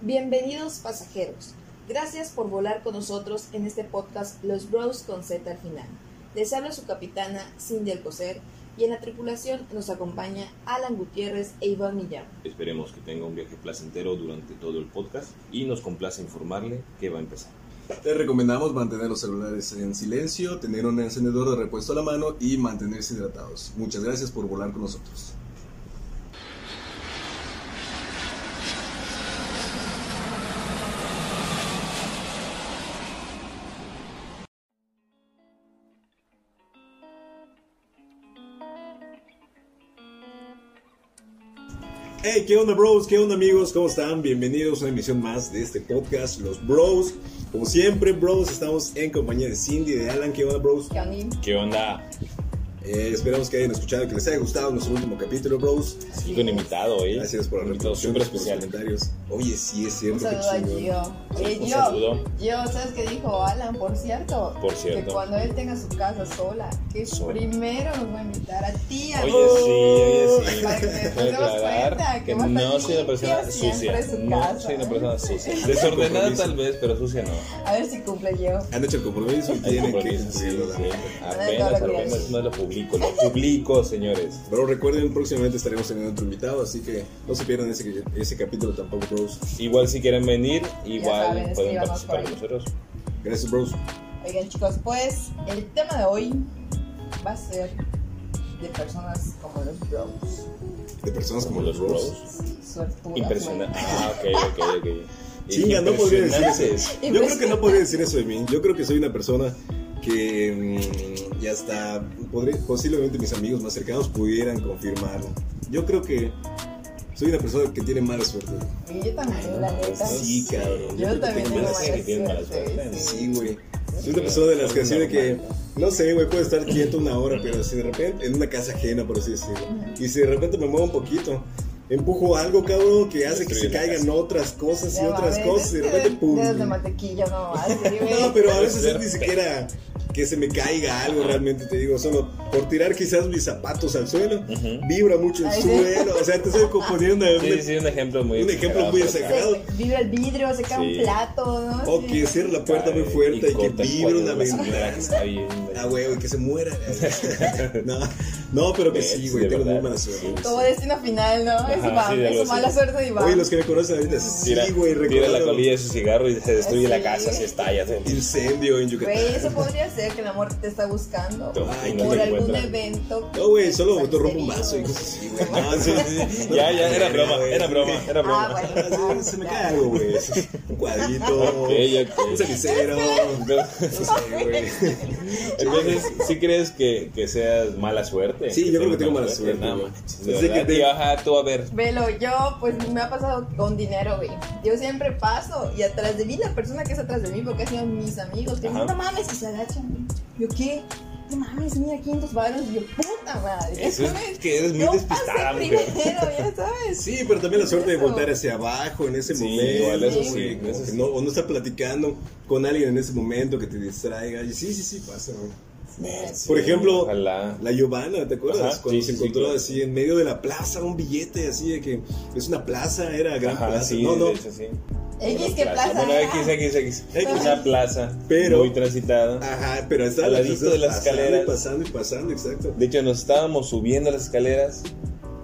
Bienvenidos pasajeros. Gracias por volar con nosotros en este podcast Los Bros con Z al final. Les habla su capitana Cindy Alcocer y en la tripulación nos acompaña Alan Gutiérrez e Iván Millán. Esperemos que tenga un viaje placentero durante todo el podcast y nos complace informarle que va a empezar. Te recomendamos mantener los celulares en silencio, tener un encendedor de repuesto a la mano y mantenerse hidratados. Muchas gracias por volar con nosotros. Hey, ¿qué onda, bros? ¿Qué onda, amigos? ¿Cómo están? Bienvenidos a una emisión más de este podcast, Los Bros. Como siempre, bros, estamos en compañía de Cindy, de Alan. ¿Qué onda, bros? ¿Qué onda? Eh, esperamos que hayan escuchado, que les haya gustado nuestro último capítulo, bros. Sí, con invitado, ¿eh? Gracias por la Un invitado reproducción, súper por los especial. comentarios. Oye, sí, es Un cierto, qué saludo a chingón. Gio. Oye, Un Gio, saludo. Gio, ¿sabes qué dijo Alan? Por cierto, Por que cierto. cuando él tenga su casa sola, que Sola. primero nos va a invitar a ti, a Oye, vos, sí, oye, sí. Para que nos Voy a demos cuenta aclarar que que va a estar no soy una persona limpio siempre sucia. su No casa. soy una persona sucia. Desordenada Compromiso. tal vez, pero sucia no. A ver si cumple Gio. Han hecho el compromiso y Hay tienen que compromiso, sí, cumplirlo. la sí. neta. Apenas, apenas no lo publico. Lo publico, señores. Bro, recuerden, próximamente estaremos teniendo otro invitado, así que no se pierdan ese, ese capítulo tampoco, bros. Igual si quieren venir, igual saben, pueden escríbanos por participar ahí. con nosotros. Gracias, bros. Oigan chicos, pues el tema de hoy va a ser de personas como los bros. De personas como, Como los bros. Sí, suertudas, Impresionante. güey. Ah, ok, ok, ok. Chinga, no podría decir eso. Impresionantes. Yo creo que no podría decir eso de mí. Yo creo que soy una persona que mm, y hasta podré- posiblemente mis amigos más cercanos pudieran confirmarlo. Yo creo que soy una persona que tiene mala suerte. Y yo también, la neta. Sí, Yo cabrón. creo que también tengo tengo mala mala suerte, tienen mala suerte, suerte. sí. Sí, güey. Soy una persona de las que así de que, no sé, güey, puedo estar quieto una hora, pero si de repente, en una casa ajena, por así decirlo, y si de repente me muevo un poquito, empujo algo, cabrón, que hace que se caigan otras cosas y Ya, otras a ver, cosas, y de este repente, pum. Dedos de mantequilla, no, así, güey. No, pero a veces Puede ser. es ni siquiera que se me caiga algo realmente, te digo, solo por tirar quizás mis zapatos al suelo, Ujú. vibra mucho el Ay, sí. suelo, o sea, te estoy componiendo. Sí, sí, un ejemplo muy Un ejemplo muy pero exagerado. Se vibra el vidrio, se cae Sí. un plato, ¿no? O Sí. que cierre la puerta muy Ay, fuerte y, que corta el vibre cuello una de la señora que ventana. está bien, güey. Ah, güey, güey, que se muera. no, no, pero que sí, güey, De tengo muy verdad. mala suerte. güey. Todo destino final, ¿no? es Ajá, Iván, sí, de es algo su mala así. suerte de Iván. Oye, los que me conocen ahorita, Tira, sí, güey, tira la recuerdo colilla de su cigarro y se destruye la Sí. casa, se estalla. Se... incendio en Yucatán. Güey, eso podría ser que el amor te está buscando. Ay, no que por lo algún encuentran. evento. No, güey, solo Misterioso. rompo un vaso y cosas así, güey. Ah, sí, sí, Ya, ya, era broma, era broma, era Ah, broma. Ah, bueno. sí, Se me ya. cae algo, güey. Un cuadrito, Ok, ok. un cenicero. No Entonces, sé, güey. entonces, ¿sí crees que, que seas mala suerte? Sí, yo creo que tengo mala suerte, Nada güey. más. Desde que te- Y ajá, tú a ver. Velo, yo pues me ha pasado con dinero, güey. Yo siempre paso y atrás de mí la persona que es atrás de mí, porque ha sido mis amigos, que Ajá. dicen, no mames, y se agachan. Yo, ¿qué? No mames, mira, 500 varos. Y yo, puta madre. Eso es que eres muy Yo despistada, pasé mujer. primero, ya sabes. Sí, pero también la suerte de Eso. voltear hacia abajo en ese Sí, momento. igual eso güey, sí, como eso que sí. no- o no estar platicando con alguien en ese momento que te distraiga. Y sí, sí, sí, pasa, güey. Por ejemplo, Ojalá. La Giovanna, ¿te acuerdas? Ajá, Cuando sí, se sí, encontró claro. así en medio de la plaza un billete así de que es una plaza, era gran Ajá, plaza. sí, no, no. de hecho, sí. X, ¿qué plaza? Bueno, era? X, X, X. X. Una plaza Pero- Ah. muy transitada. Ajá, pero estaba Al ladito de las escaleras. Pasando y pasando, exacto. De hecho, nos estábamos subiendo las escaleras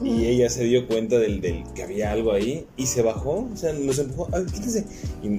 Mm. y ella se dio cuenta del, del que había algo ahí y se bajó, o sea, nos empujó, ay, quítese. Y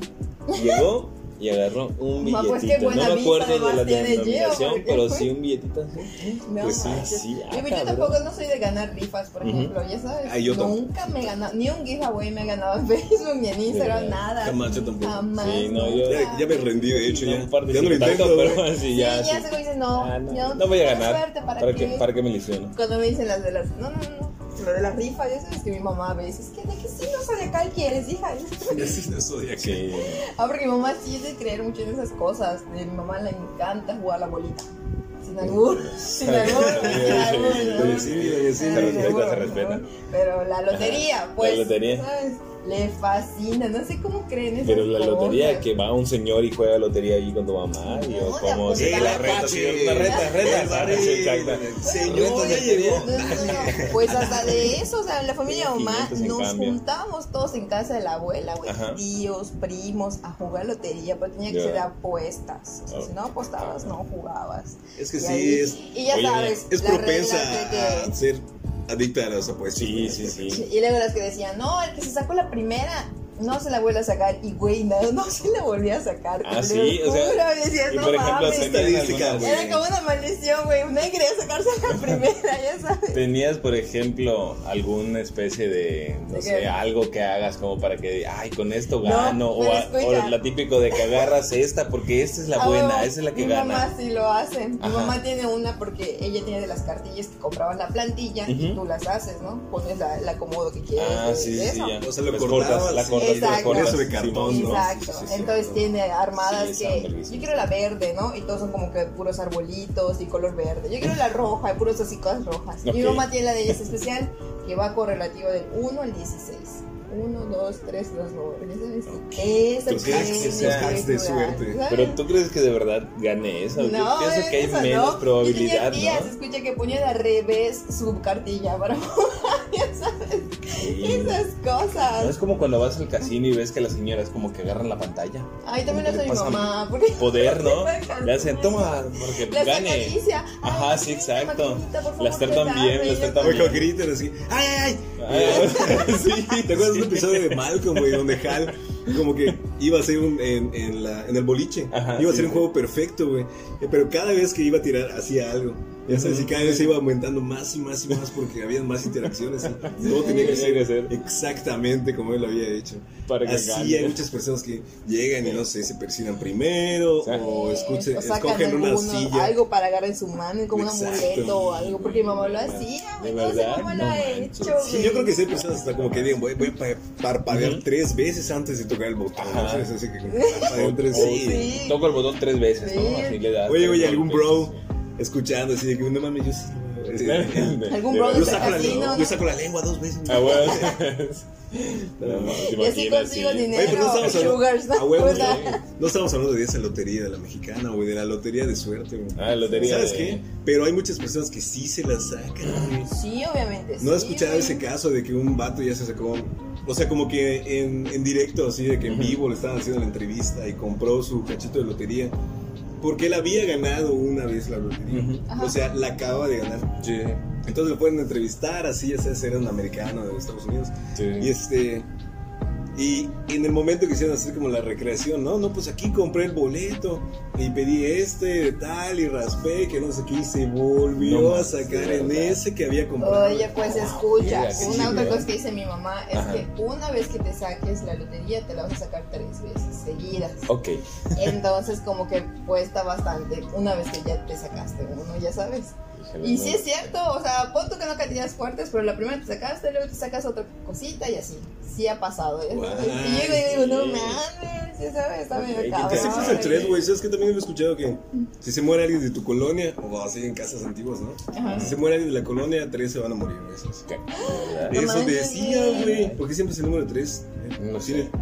llegó y agarró un Ma, billetito. pues, qué buena no me vista acuerdo de la además tiene Gio, denominación, porque- pero sí un billetito así. No, Pues sí, manches. sí, ah, Yo, yo cabrón. tampoco no soy de ganar rifas, por Ujú. ejemplo, ya sabes. Ah, yo tampoco. Nunca me he ganado, ni un giveaway me he ganado en Facebook, ni en Instagram, verdad. nada. Jamás, yo tampoco. Jamás, Sí, no, yo- Ya, ya me rendí, de hecho, ya. No participé Ya no lo intento, ¿eh? tanto, güey. pero así Sí, ya. ya sí. se dice, no, Ah, yo no, no voy a tengo ganar. suerte, ¿Para, ¿para qué? qué? ¿Para qué me lesiono? Cuando me dicen las de las. No, no, no. Lo de las rifas, ya sabes que mi mamá a veces. que ¿De qué signo zodiacal quieres, hija? Ya sí, no soy de aquí. Sí. Ah, porque mi mamá sí es de creer mucho en esas cosas. De mi mamá le encanta jugar a la bolita. Sin albur. Sin albur. Sin albur. Doña Cindy, doña ¿no? Cindy. Se Ay, respeta, seguro, se respeta. ¿no? Pero la lotería, pues. lotería. ¿sabes? le fascina, no sé cómo creen esas Pero la lotería, cosas. que va un señor y juega lotería ahí con tu mamá. Y yo, No, como. de Sí, la apostar. reta, señor, la reta, reta. la reta, exacta. Señor, ya Retos de llegó. No, no, no, pues hasta de eso, o sea, la familia de mamá 500 en nos cambio. juntábamos todos en casa de la abuela, güey, Ajá. tíos, primos, a jugar lotería, porque tenía que Ya. ser apuestas. O sea, Ah, si no apostabas, no jugabas. Es que y, sí, ahí- es, y ya Oye, sabes, es las propensa reglas de que- a ser adicta a las apuestas. Sí, sí, sí. Y luego las que decían, no, el que se sacó la primera, no se la vuelve a sacar. Y güey, no, no se la volvía a sacar. Ah, te sí, lo o sea, juro, y decías, Y no por ejemplo, mames. tenías Estadística, algunas- güey. Era como una maldición, güey. Nadie quería sacarse la primera, ya sabes. Tenías, por ejemplo, alguna especie de, no ¿De sé, qué? algo que hagas como para que, ay, con esto gano. o, pero a- escucha. o la típico de que agarras esta porque esta es la Ah, buena, bueno, esa es la que mi gana. mamá sí lo hace. Mi Ajá. mamá tiene una porque ella tiene de las cartillas que compraban la plantilla y Ujú. tú las haces, ¿no? Pones la, la acomodo que quieres. Ah, de- sí, de sí, eso. ya. O sea, lo Las cortabas, cortas, la sí, cortas, la Exacto. cortas. Eso de cartón, Simón. ¿no? Exacto. Sí, sí, sí, Entonces sí. tiene armadas Sí, están que verguísimas. yo quiero la verde, ¿no? Y todos son como que puros arbolitos y color verde. Yo quiero la roja, y puros así cosas rojas. Y Mi Ok. mamá tiene la de ellas especial que va correlativo del 1 al 16. 1, 2, 3, 2, 9. Esa Tus tiene hacks de- que tus hacks de durar, suerte. ¿sabes? Pero tú crees que de verdad gane eso? Yo pienso que hay eso menos no. Yo tenía probabilidad, tías, ¿no? escucha que ponía al revés su cartilla para jugar, ya sabes, Sí. esas No es cosas. como cuando vas al casino y ves que las señoras como que agarran la pantalla. Ay, también le lo soy mi pasa mamá, porque Poder, ¿no? Las Le hacen, toma, porque Las gane. acaricia. Ay, Ajá, sí, mamita, exacto. mamita, por favor, Las tratan te bien, dame. las tratan Oye, bien. cuando gritan así, ¡ay, ay, Ah, sí, ay! ¿Te acuerdas de sí. un episodio de Malcolm, güey, donde Hal como que iba a ser un, en, en la- en el boliche, Ajá, iba a sí, ser un sí. juego perfecto, güey, eh, pero cada vez que iba a tirar hacía algo, ya sabes, y cada vez se iba aumentando más y más y más porque había más interacciones, y todo tenía que Tenía que ser ser. exactamente como él lo había hecho. Para que Así gane. hay muchas personas que llegan y no sé, se persinan primero Sí. o Oh, escuchen, O sacan escogen una alguno- silla. Algo para agarrar en su mano, como Exacto. un amuleto o algo, porque mi mamá lo hacía, güey. ¿De No sé verdad? cómo lo No ha manches. hecho, Sí, güey. yo creo que sí hay personas hasta como que digan, voy, voy a pa- parpadear Ujú. tres veces antes de tocar el botón. Ajá. ¿no? ¿Sabes? Así que parpadean tres Sí. veces. Sí. Toco el botón tres veces, ¿no? Sí. Así le das. Oye, tres oye, algún golpes, bro escuchando así de que no mames, yo sí. sí. eh, De- Algún de bro de verdad. Yo saco, la Así, lengua, no, yo no. saco la lengua dos veces. Ah, Oye, bueno. No, no, ¿te Y así imaginas? consigo Sí. dinero. pero no estamos Sugars, hablando, a Ah, huevo, ¿verdad? ¿eh? no estamos hablando de esa lotería de la mexicana, güey, de la lotería de suerte, güey. Ah, lotería. ¿Sabes de- qué? Pero hay muchas personas que sí se la sacan, güey. Sí, obviamente. No he sí, escuchado güey. ese caso de que un vato ya se sacó, o sea, como que en, en directo, así, de que en vivo le estaban haciendo la entrevista y compró su cachito de lotería. Porque él había ganado una vez la lotería. Ujú. Ajá. O sea, la acaba de ganar. Sí. Entonces lo pueden entrevistar, así, ya sea, era un americano de Estados Unidos. Y Sí. este. Y en el momento que hicieron hacer como la recreación, no, no, pues aquí compré el boleto y pedí este, tal, y raspé, que no sé qué, y se volvió No a más, sacar de en verdad. ese que había comprado. Oye, pues escucha, mira, sí, una otra ¿verdad? cosa que dice mi mamá es Ajá. que una vez que te saques la lotería te la vas a sacar tres veces seguidas. Ok. Entonces como que cuesta bastante una vez que ya te sacaste uno, ya sabes. Híjole, Y no. sí es cierto, o sea, pon tú que no cantidades fuertes, pero la primera te sacaste, luego te sacas otra cosita y así. Sí ha pasado, ¿eh? Guay. Y yo digo, no Sí. mames, ya sabes, está Ok, medio qué cabrón. Así Ah, pasa el tres, sí. güey. ¿Sabes que también he escuchado que si se muere alguien de tu colonia, o así en casas antiguas, ¿no? Ajá. Si se muere alguien de la colonia, tres se van a morir. güey, Eso, Ok, de verdad. No eso manches, decía, güey. güey. ¿Por qué siempre es el número tres? eh? No Tiene sé.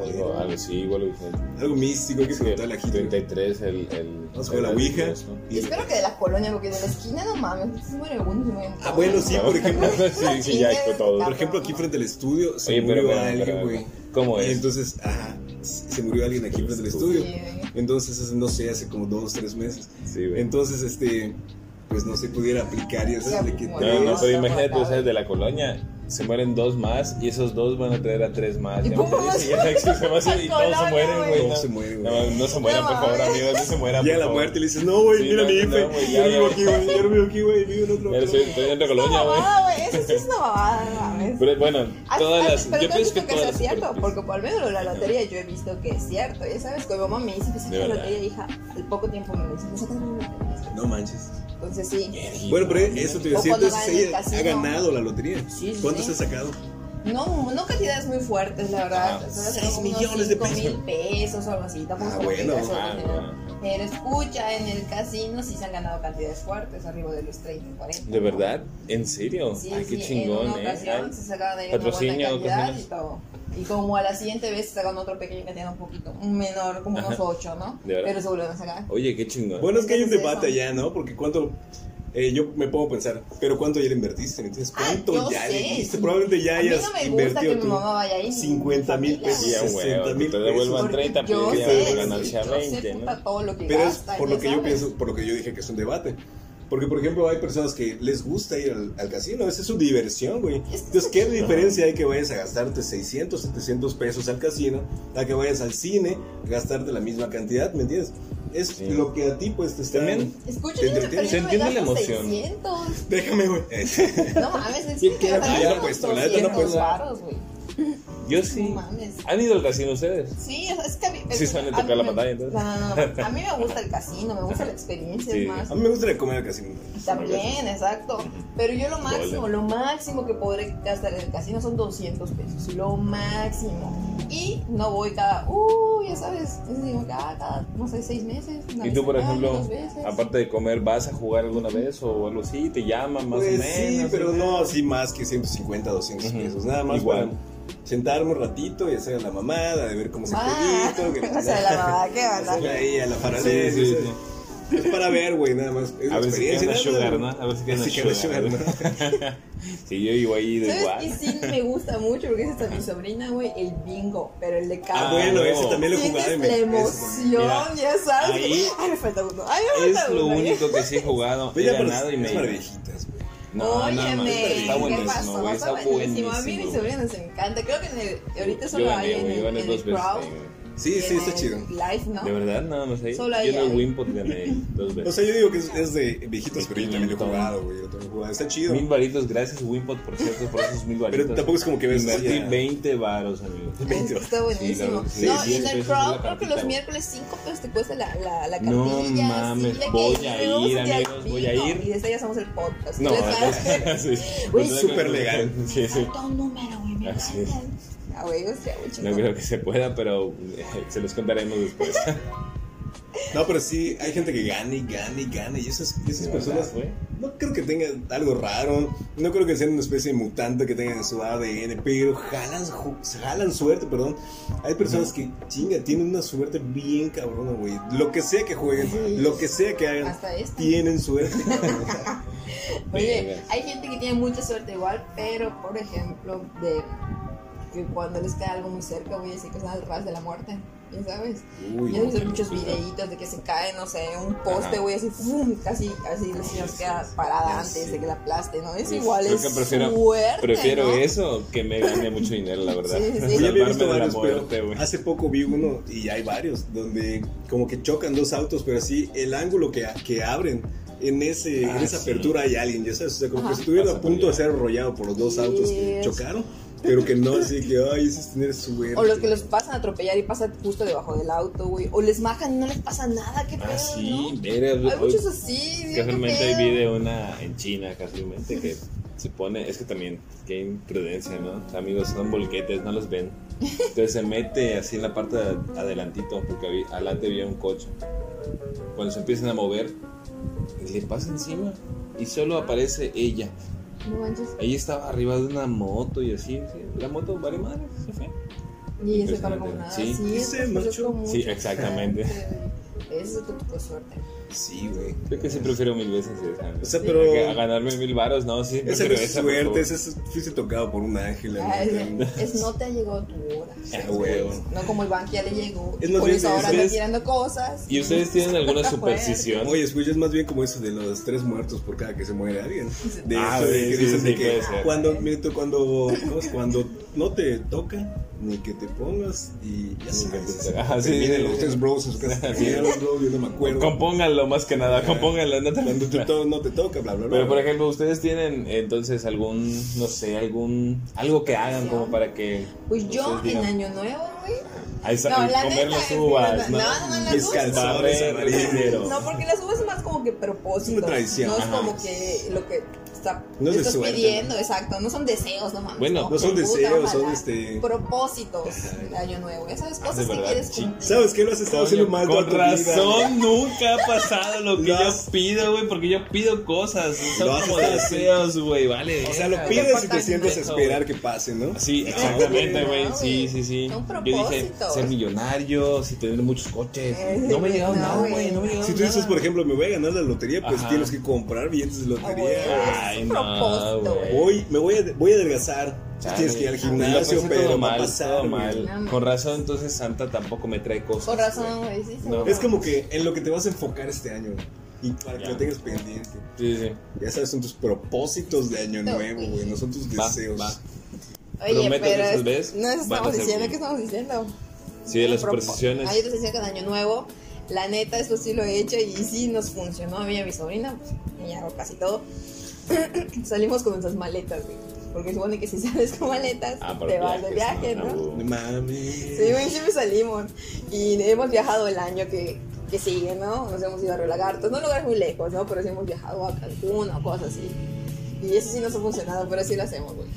Algo, algo sí, igual diferente. algo místico, hay que preguntarle a la gente. 33, el. el Vamos con la Ouija. Y espero que de la colonia, porque de la esquina no mames, se muere uno, se mueren Ah, todos. bueno, sí, por ejemplo. sí, sí, ya con todo. Por ejemplo, aquí frente al estudio se Oye, pero, murió pero, pero, alguien, pero, güey. ¿Cómo Y es? entonces, ajá, se murió alguien aquí frente al estudio. Sí. Entonces, hace, no sé, hace como dos, tres meses. sí, güey. Entonces, este, pues no se pudiera aplicar y eso le No, No, no, Está pero pues, imagínate, guardado. tú sabes de la colonia, se mueren dos más y esos dos van a traer a tres más. ¿Y Ya cómo me vas parece, ya la exceso más a y todos colonia, se mueren, güey? güey. No se mueren, güey. No, no se mueran, No por favor, mames. amigos, no se mueran. Llega por la favor. muerte y le dices, no, güey, Sí, mira no, mi no, IFE. güey, yo ya, no vivo güey. aquí, güey. Yo no vivo aquí, güey. Vivo en otro Ya Estoy, lado. estoy en otra Es una colonia, güey. babada, güey. Eso sí es una babada, no mames. Pero bueno, Ah, todas ah, las. Pero Yo no pienso que digo que todas sea las. cierto, superficies- porque por menos de la lotería yo he visto que es cierto, ya sabes, que mi mamá me dice que saca De la verdad. lotería, hija, al poco tiempo me dice, me sacas la lotería. No manches. Entonces sí. Bueno, pero eh, eso te iba a decir, O cuando entonces va en el ella ha casino. ganado la lotería. Sí, sí, ¿Cuánto sí. se ha sacado? No, no cantidades muy fuertes, la verdad. Ajá. O sea, Ah, Seis como unos millones de cinco pesos. mil pesos o algo así. Tampoco Ah, es como bueno, que sea ah, dinero. bueno. Pero escucha, en el casino sí se han ganado cantidades fuertes, arriba de los 30, 40. ¿De verdad? ¿En serio? Sí, Ay, sí, qué en chingón, una ¿eh? ocasión Ay, se sacaba de ahí una buena Patrocinio, cantidad y ocasiones. todo. Y como a la siguiente vez sacan otro pequeño que tenga un poquito un menor, como unos Ajá. 8, ¿no? De verdad. Pero se vuelven a sacar. Oye, qué chingón. Bueno, es que hay un Entonces, debate eso. ya, ¿no? Porque cuánto. eh, yo me pongo a pensar, pero ¿cuánto ya le invertiste? Entonces, Ah, ¿cuánto yo ya sé, le invertiste? sí. Probablemente ya A mí hayas no me gusta invertido que mi tú mamá vaya ahí. ni 50 mi mil familia. pesos. Sí, a 60 huevo, que mil te Son devuelvan Porque 30, pero yo que ya sé, van a ganancia yo sé 20, ¿no? puta todo lo que Pero es gastan, por ya lo que yo sabes. pienso, por lo que yo dije que es un debate. Porque, por ejemplo, hay personas que les gusta ir al, al casino, esa es su diversión, güey. que Entonces, ¿qué es- diferencia hay que vayas a gastarte 600, 700 pesos al casino, a que vayas al cine, gastarte la misma cantidad, ¿me entiendes? Es Sí. lo que a ti, pues, te está... También- Escucha, ¿Te yo no me entretiene? perdí, Se yo me entiende la gasto emoción. 600. Déjame, güey. Eh. No mames, es que ¿Qué- qué me gastaron hubiera unos puesto? La neta no 200 puedo. varos, güey. Yo sí. No mames. ¿Han ido al casino ustedes? Sí, o sea, es que a mí. Sí es- saben a tocar mí la me- pantalla, entonces. No, no, no. A mí me gusta el casino, me gusta la experiencia, Sí. es más. A mí me gusta ir a comer al casino. También, exacto. Pero yo lo máximo, Golden. lo máximo que podré gastar en el casino son 200 pesos. Lo máximo. Y no voy cada. Uh, ya sabes. es digo, cada, cada, no sé, seis meses. una ¿Y vez tú, al por año, ejemplo, dos veces. aparte de comer, vas a jugar alguna vez o algo así? ¿Te llaman más Pues o menos? sí, pero no así más que 150, 200 Ujú. pesos. Nada más Igual. para sentarme un ratito y hacer la mamada, de ver cómo se Ah, jueguito, que o sea, la mamá, ¿qué onda? Hacer ahí a la Sí, faralés. sí, sí. Es para ver, güey, nada más. Es A ver si experiencia, queda nada, sugar, ¿no? nada. A ver si queda Sí, que anda sugar. sugar, ¿no? Sí, yo igual he ido ¿Sabes igual. qué sí me gusta mucho? Porque esa es mi sobrina, güey, el bingo, pero el de Ah, cada bueno, no. ese también lo jugaba y Sientes me- la ese- emoción, Mira, ya sabes. ahí Ay, me falta uno. Ay, me falta Es lo uno. único que sí he jugado. He Pero Pues ya para- ganado y me es he para ido. viejitas, güey. No, no, no, Óyeme, está ¿qué buenísimo, pasó? güey, está buenísimo. A mí mis sobrinos les encanta. Creo que en el, ahorita Yo solo hay gané, en güey, yo el, gané en dos el veces. crowd. güey. Sí, y sí, en está el chido. Live, ¿no? De verdad, nada más ahí. Solo yo ahí en el hay. Wimpot gané dos veces. O sea, yo digo que es, es de viejitas, pero yo también lo he Quinientos. jugado, güey. Yo también lo he jugado. Está chido. Mil varitos, gracias Wimpot, por cierto, por esos mil varitos. Pero tampoco es como que ves ah. Invertí ya- 20 varos, amigo. Es que está buenísimo. Sí, la- no, sí, y en diez el crowd, pesos es la creo que cartita, los güey. miércoles 5 pesos te cuesta la, la, la cartilla. No sí, mames, de que voy y a luego ir, sentir al amigos, voy a pico. ir. Y desde ahí hacemos el podcast. No, ¿Les parece? sí. Güey, Pues, súper no, legal. Sí, sí. Falta un número, güey. me Ah, sí. faltan. Ah, güey, hostia, güey, No chingón. creo que se pueda, pero eh, se los contaremos después. No, pero sí, hay gente que gana y gana y gana. Y esas, esas ¿Verdad, personas, güey? no creo que tengan algo raro. No creo que sean una especie de mutante que tengan en su ADN. Pero jalan, ju- jalan suerte, perdón. Hay personas que, chinga, tienen una suerte bien cabrona, güey. Lo que sea que jueguen, Sí. lo que sea que hagan, Hasta esto. tienen suerte. Oye, Vergas. hay gente que tiene mucha suerte igual, pero por ejemplo, de que cuando les queda algo muy cerca, güey, así que son al ras de la muerte, ya sabes. Uy, Yo he visto no, muchos sí, sí. videitos de que se cae, no sé, un poste, Ajá. güey, así, ¡fum! casi, casi les Sí, les sí, queda sí. parada Sí. antes de que la aplaste, ¿no? Es Uf, igual, creo es que prefiero- suerte, Prefiero ¿no? eso que me gane mucho dinero, la verdad. Sí, sí, sí. Oye, había Salvarme visto de la varios, pero muerte, güey. hace poco vi uno y hay varios donde como que chocan dos autos, pero así el ángulo que, que abren en ese Ah, en esa sí. apertura hay alguien, ya sabes, o sea, como Ajá. que estuvieron Pasa a punto por de allá. ser arrollado por los dos autos que Yes. chocaron, pero que no, así que ay, eso es tener suerte. O los que los pasan a atropellar y pasan justo debajo del auto, güey. O les majan y no les pasa nada, qué pedo, Ah, sí, ¿no? mira, Hay hoy- muchos así, Dios, qué Casualmente pedo. vi de una en China, casualmente, que se pone, es que también, qué imprudencia, ¿no? Amigos, son volquetes, no los ven. Entonces se mete así en la parte de adelantito, porque había- adelante había un coche. Cuando se empiezan a mover, le pasa encima y solo aparece ella. No manches. Ella estaba arriba de una moto y así, sí, la moto vale madre, se fue. Y eso para como nada. Sí. sí, Y eso se es manchó. como Sí, mucho. exactamente. Eso es tu tipo de suerte. Sí, güey. Creo que sí prefiero mil veces esa. ¿no? O sea, A que- a pero ganarme mil varos, no, sí. esa no prefiero es esa, por favor. suerte, esa es fuiste tocado por un ángel. la Ah, neta. es, es no te ha llegado tu hora. Ah, huevo. No como el banco ya le llegó. Es más por bien eso que ahora ustedes- está tirando cosas. ¿Y ustedes tienen alguna Está fuerte. superstición? Oye, escuchas más bien como eso de los tres muertos por cada que se muere alguien. De Ah, eso de sí, que sí, dicen de sí, que puede ser. cuando, mira, cuando, ¿cómo es? cuando no te toca, ni que te pongas, y ya Ni que sabes. te toca. Ah, sí, terminan sí, los sí. tres bros en su casa. Sí. terminan los bros, yo no me acuerdo. Compónganlo más que nada, compónganlo, no te Cuando te to- no te toca, bla, bla, bla. Pero por ejemplo, ustedes tienen entonces algún, no sé, algún, algo que hagan como para que... Pues yo ustedes en digan, Año Nuevo, güey. "Ay, sa- No, la comer neta, las es- uvas, no, ¿no? no, no, las uvas. Descalzadores Saber amarillos. dinero. No, porque las uvas es más como que propósito. Es una tradición. No es Ajá. como que lo que está, No es te de estás suerte, pidiendo, exacto. No son deseos, no mames. Bueno, como no son que, puta, deseos, son ojalá. este- Ah, Propósitos de año nuevo. Esas cosas que verdad, quieres sí. cumplir. ¿Sabes qué? Lo has estado haciendo Coño, mal toda con tu vida. razón nunca ha pasado lo que Lo yo has- pido, güey, porque yo pido cosas. Son Lo has como estado deseos, güey, vale. O sea, lo verga, pides y güey. te sientes a Eso, esperar que pase, ¿no? Sí, exactamente, No, güey. güey. Sí, sí, sí. Son Yo dije propósitos. ser millonario, y tener muchos coches. Eh, No me ha llegado no, nada, güey. güey. No me ha llegado Si tú dices, nada. por ejemplo, me voy a ganar la lotería, pues Ajá. tienes que comprar billetes de Ah, lotería. güey. Ay, Es un no, propósito, güey. Voy, me voy a, voy a adelgazar. Chale. Tienes que ir al Lo pasé gimnasio, todo pero va a mal, pasar. todo güey. mal. No, no. Con razón, entonces Santa tampoco me trae cosas. Con razón, güey. güey. Sí, sí, No. Es como que en lo que te vas a enfocar este año güey, y para que Ya. lo tengas pendiente. Sí, sí. Ya sabes, son tus propósitos de año No, nuevo, güey. güey, no son tus Va, deseos. va. Oye, Prometo que pero esas es- veces no eso van a estamos ser diciendo, bien. ¿qué estamos diciendo? Sí, de las Propo- Ah, yo supersticiones. te decía que en Año Nuevo, la neta, eso sí lo he hecho y sí nos funcionó a mí y a mi sobrina, pues ella hago casi todo. Salimos con nuestras maletas, güey. Porque supone que si sales con maletas, Ah, para te vas de viajes, viaje, ¿no? Ah, No güey. mames. Sí, güey, siempre salimos. Y hemos viajado el año que, que sigue, ¿no? Nos hemos ido a Río Lagartos, no lugares muy lejos, ¿no? Pero sí hemos viajado a Cancún o cosas así. Y eso sí nos ha funcionado, pero sí lo hacemos, güey.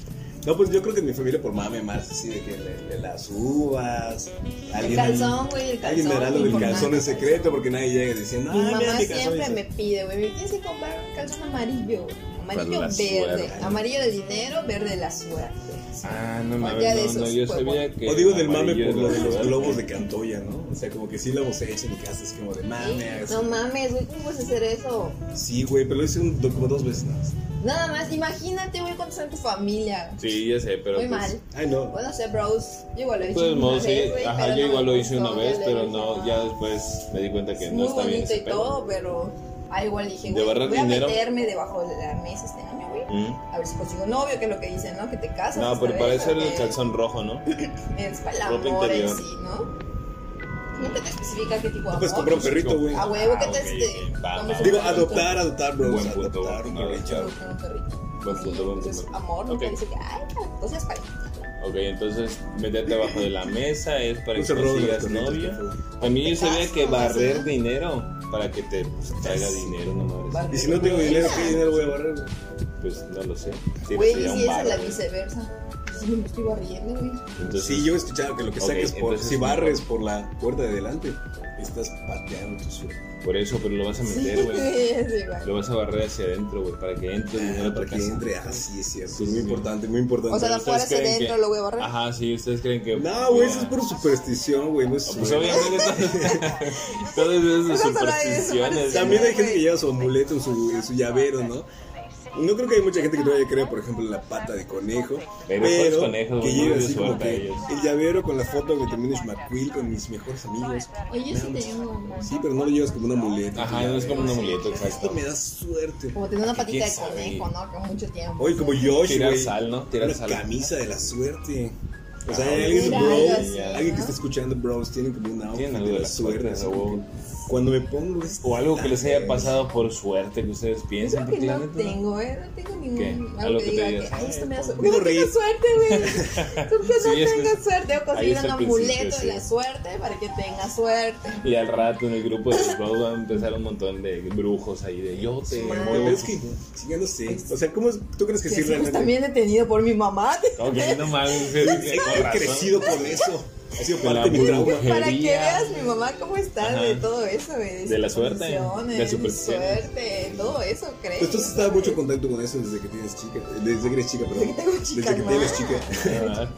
No, pues yo creo que en mi familia por mame más así de que le, le las uvas. El Alguien, calzón, güey, el calzón. alguien me hará lo del importante. calzón en secreto porque nadie llega diciendo, Mi ah, mira mamá mi calzón. siempre Dice, me pide, güey, me tienes que comprar un calzón amarillo, güey. amarillo Para la verde, suerte. amarillo del dinero, verde de la suerte. Ah, no Ya de mames. No, no, esos yo huevos. sabía que. O digo del mame amarillo por lo de era los verde. globos de Cantoya, ¿no? O sea, como que sí lo hemos hecho en mi casa, es como de Ah, mame. así. No mames, güey, ¿cómo puedes hacer eso? Sí, güey, pero lo hice un- como dos veces más. Nada más, imagínate, güey, cuántos son tu familia. Sí, ya sé, pero. Muy pues, mal. Ay, no. Bueno, no sé, bros, yo igual lo he De hecho todos una modos, sí. vez, güey, Ajá, pero yo no igual me lo hice una gustó, vez, yo le pero dije, no, ya después me di cuenta que Es no muy está bien bonito ese y pedo. todo, pero ah, igual dije, De güey, barrer voy a dinero. meterme debajo de la mesa este año, güey. Mm. A ver si consigo novio, que es lo que dicen, ¿no? Que te casas. No, esta pero vez, para eso era el porque- calzón rojo, ¿no? Es para el amor en Ropa interior. Pues sí, ¿no? Nunca te especifica qué tipo de No amor. puedes comprar un perrito, güey. A huevo que Ah, te ok, este. ok, vamos va, va. a Digo, un perrito. adoptar, adoptar, bro. Buen punto, adoptar, un no, Yo perrito. creo que un perrito. Buen Sí, punto, buen pues es punto. amor, nunca Ok. dice que, ay, entonces para. Ok, entonces meterte abajo de la mesa es para Un que cerrado de consigas perrito, novia. por favor. También yo sabía Te que casas, ¿no? barrer dinero para que te traiga dinero, no mames. Vale. Y si no tengo dinero, ¿qué dinero voy a barrer? güey? Pues no lo sé. Sí, Güey, sería y un si esa barro. es la viceversa. Si me estoy barriendo, güey. Entonces, Sí, yo he escuchado que lo que Ok, saques por. entonces- Si barres por la puerta de adelante, estás pateando tu suerte. Por eso, pero lo vas a Sí, meter, güey. es igual. Lo vas a barrer hacia adentro, güey, para que entre dinero a tu para que casa. entre. Ah, sí, es cierto. Sí, es muy sí. importante, muy importante. O sea, de afuera hacia creen que- adentro lo voy a barrer. Ajá, sí, ustedes creen que. no, güey, eso es por superstición, güey. No es Pues obviamente todas- todas Vamos esas a hablar de supersticiones. También hay gente que güey. lleva su amuleto en su, en su llavero, ¿no? No creo que hay mucha gente que todavía crea, por ejemplo, en la pata de conejo. Pero Pero, los conejos, que güey, lleva muy de así como suerte a que ellos. el llavero con la foto de Dominic McQuill con mis mejores amigos. Oye, yo sí Nada te más. llevo. Sí, pero no lo llevas como un amuleto. Ajá, tu no es como un llavero. amuleto, exacto. Esto me da suerte. Como tener una patita ¿Quién de sabe? conejo, ¿no? Que mucho tiempo. Oye, como Yoshi, Tirar güey. sal, ¿no? Tirar Una sal. camisa de la suerte. O sea, Ah, hay alguien, mira, bros, algo así, alguien ¿no? que está escuchando, bros, tienen como un outfit Tienen algo de la suerte. ¿no? así como que Cuando me pongo esto- O algo que les haya pasado por suerte que ustedes Yo piensan. creo que Porque la no neta, no. tengo, ¿eh? No tengo ningún. ¿Qué? Algo que, diga digas, que, ay, esto me da "Ay, suerte. pongo No tengo rico. suerte, güey. Porque Sí, no es que tengo es- suerte. O ahí conseguir es un el principio, amuleto de sí. la suerte para que tenga suerte. Y al rato en el grupo de los Bros van a empezar un montón de brujos ahí de yo pues, te Madre. Pero muevo. es que, sí, ya no sé. O sea, ¿cómo es- ¿tú crees que Que así, sí pues, realmente? también detenido por mi mamá. Ok, no mames, He crecido con eso. Ha sido Con la parte de mi trauma. brujería. Para que veas mi mamá cómo está Ajá. de todo eso, güey. De la suerte, supersticiones, de supersticiones. suerte, todo eso, creo. Pues tú has estado mucho en contacto con eso desde que tienes chica. Desde que eres chica, perdón. Desde que tengo chica, Desde que ¿no? tienes chica.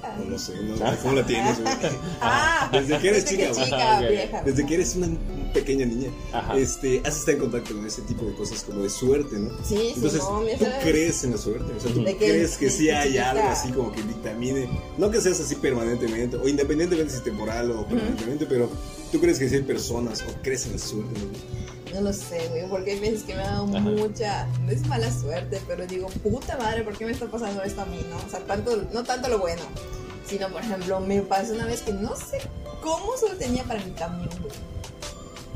Ah, No, no sé, no sé cómo la tienes, güey. Ah, Desde que eres chica, que güey. chica, Ok. vieja. Desde que eres una pequeña niña, Ajá. este, has estado en contacto con ese tipo de cosas como de suerte, ¿no? Sí, Entonces, sí, no, mi ¿tú esa- crees en la suerte? O sea, ¿tú De que- crees que sí de hay chiquita. algo así como que dictamine? No que seas así permanentemente, o independientemente si es temporal o permanentemente, pero ¿tú crees que sí hay personas o crees en la suerte? no? No lo sé, güey, porque hay veces que me ha dado Ajá. mucha, no es mala suerte, pero digo, puta madre, ¿por qué me está pasando esto a mí, no? O sea, tanto, no tanto lo bueno, sino, por ejemplo, me pasó una vez que no sé cómo solo tenía para mi camión, güey.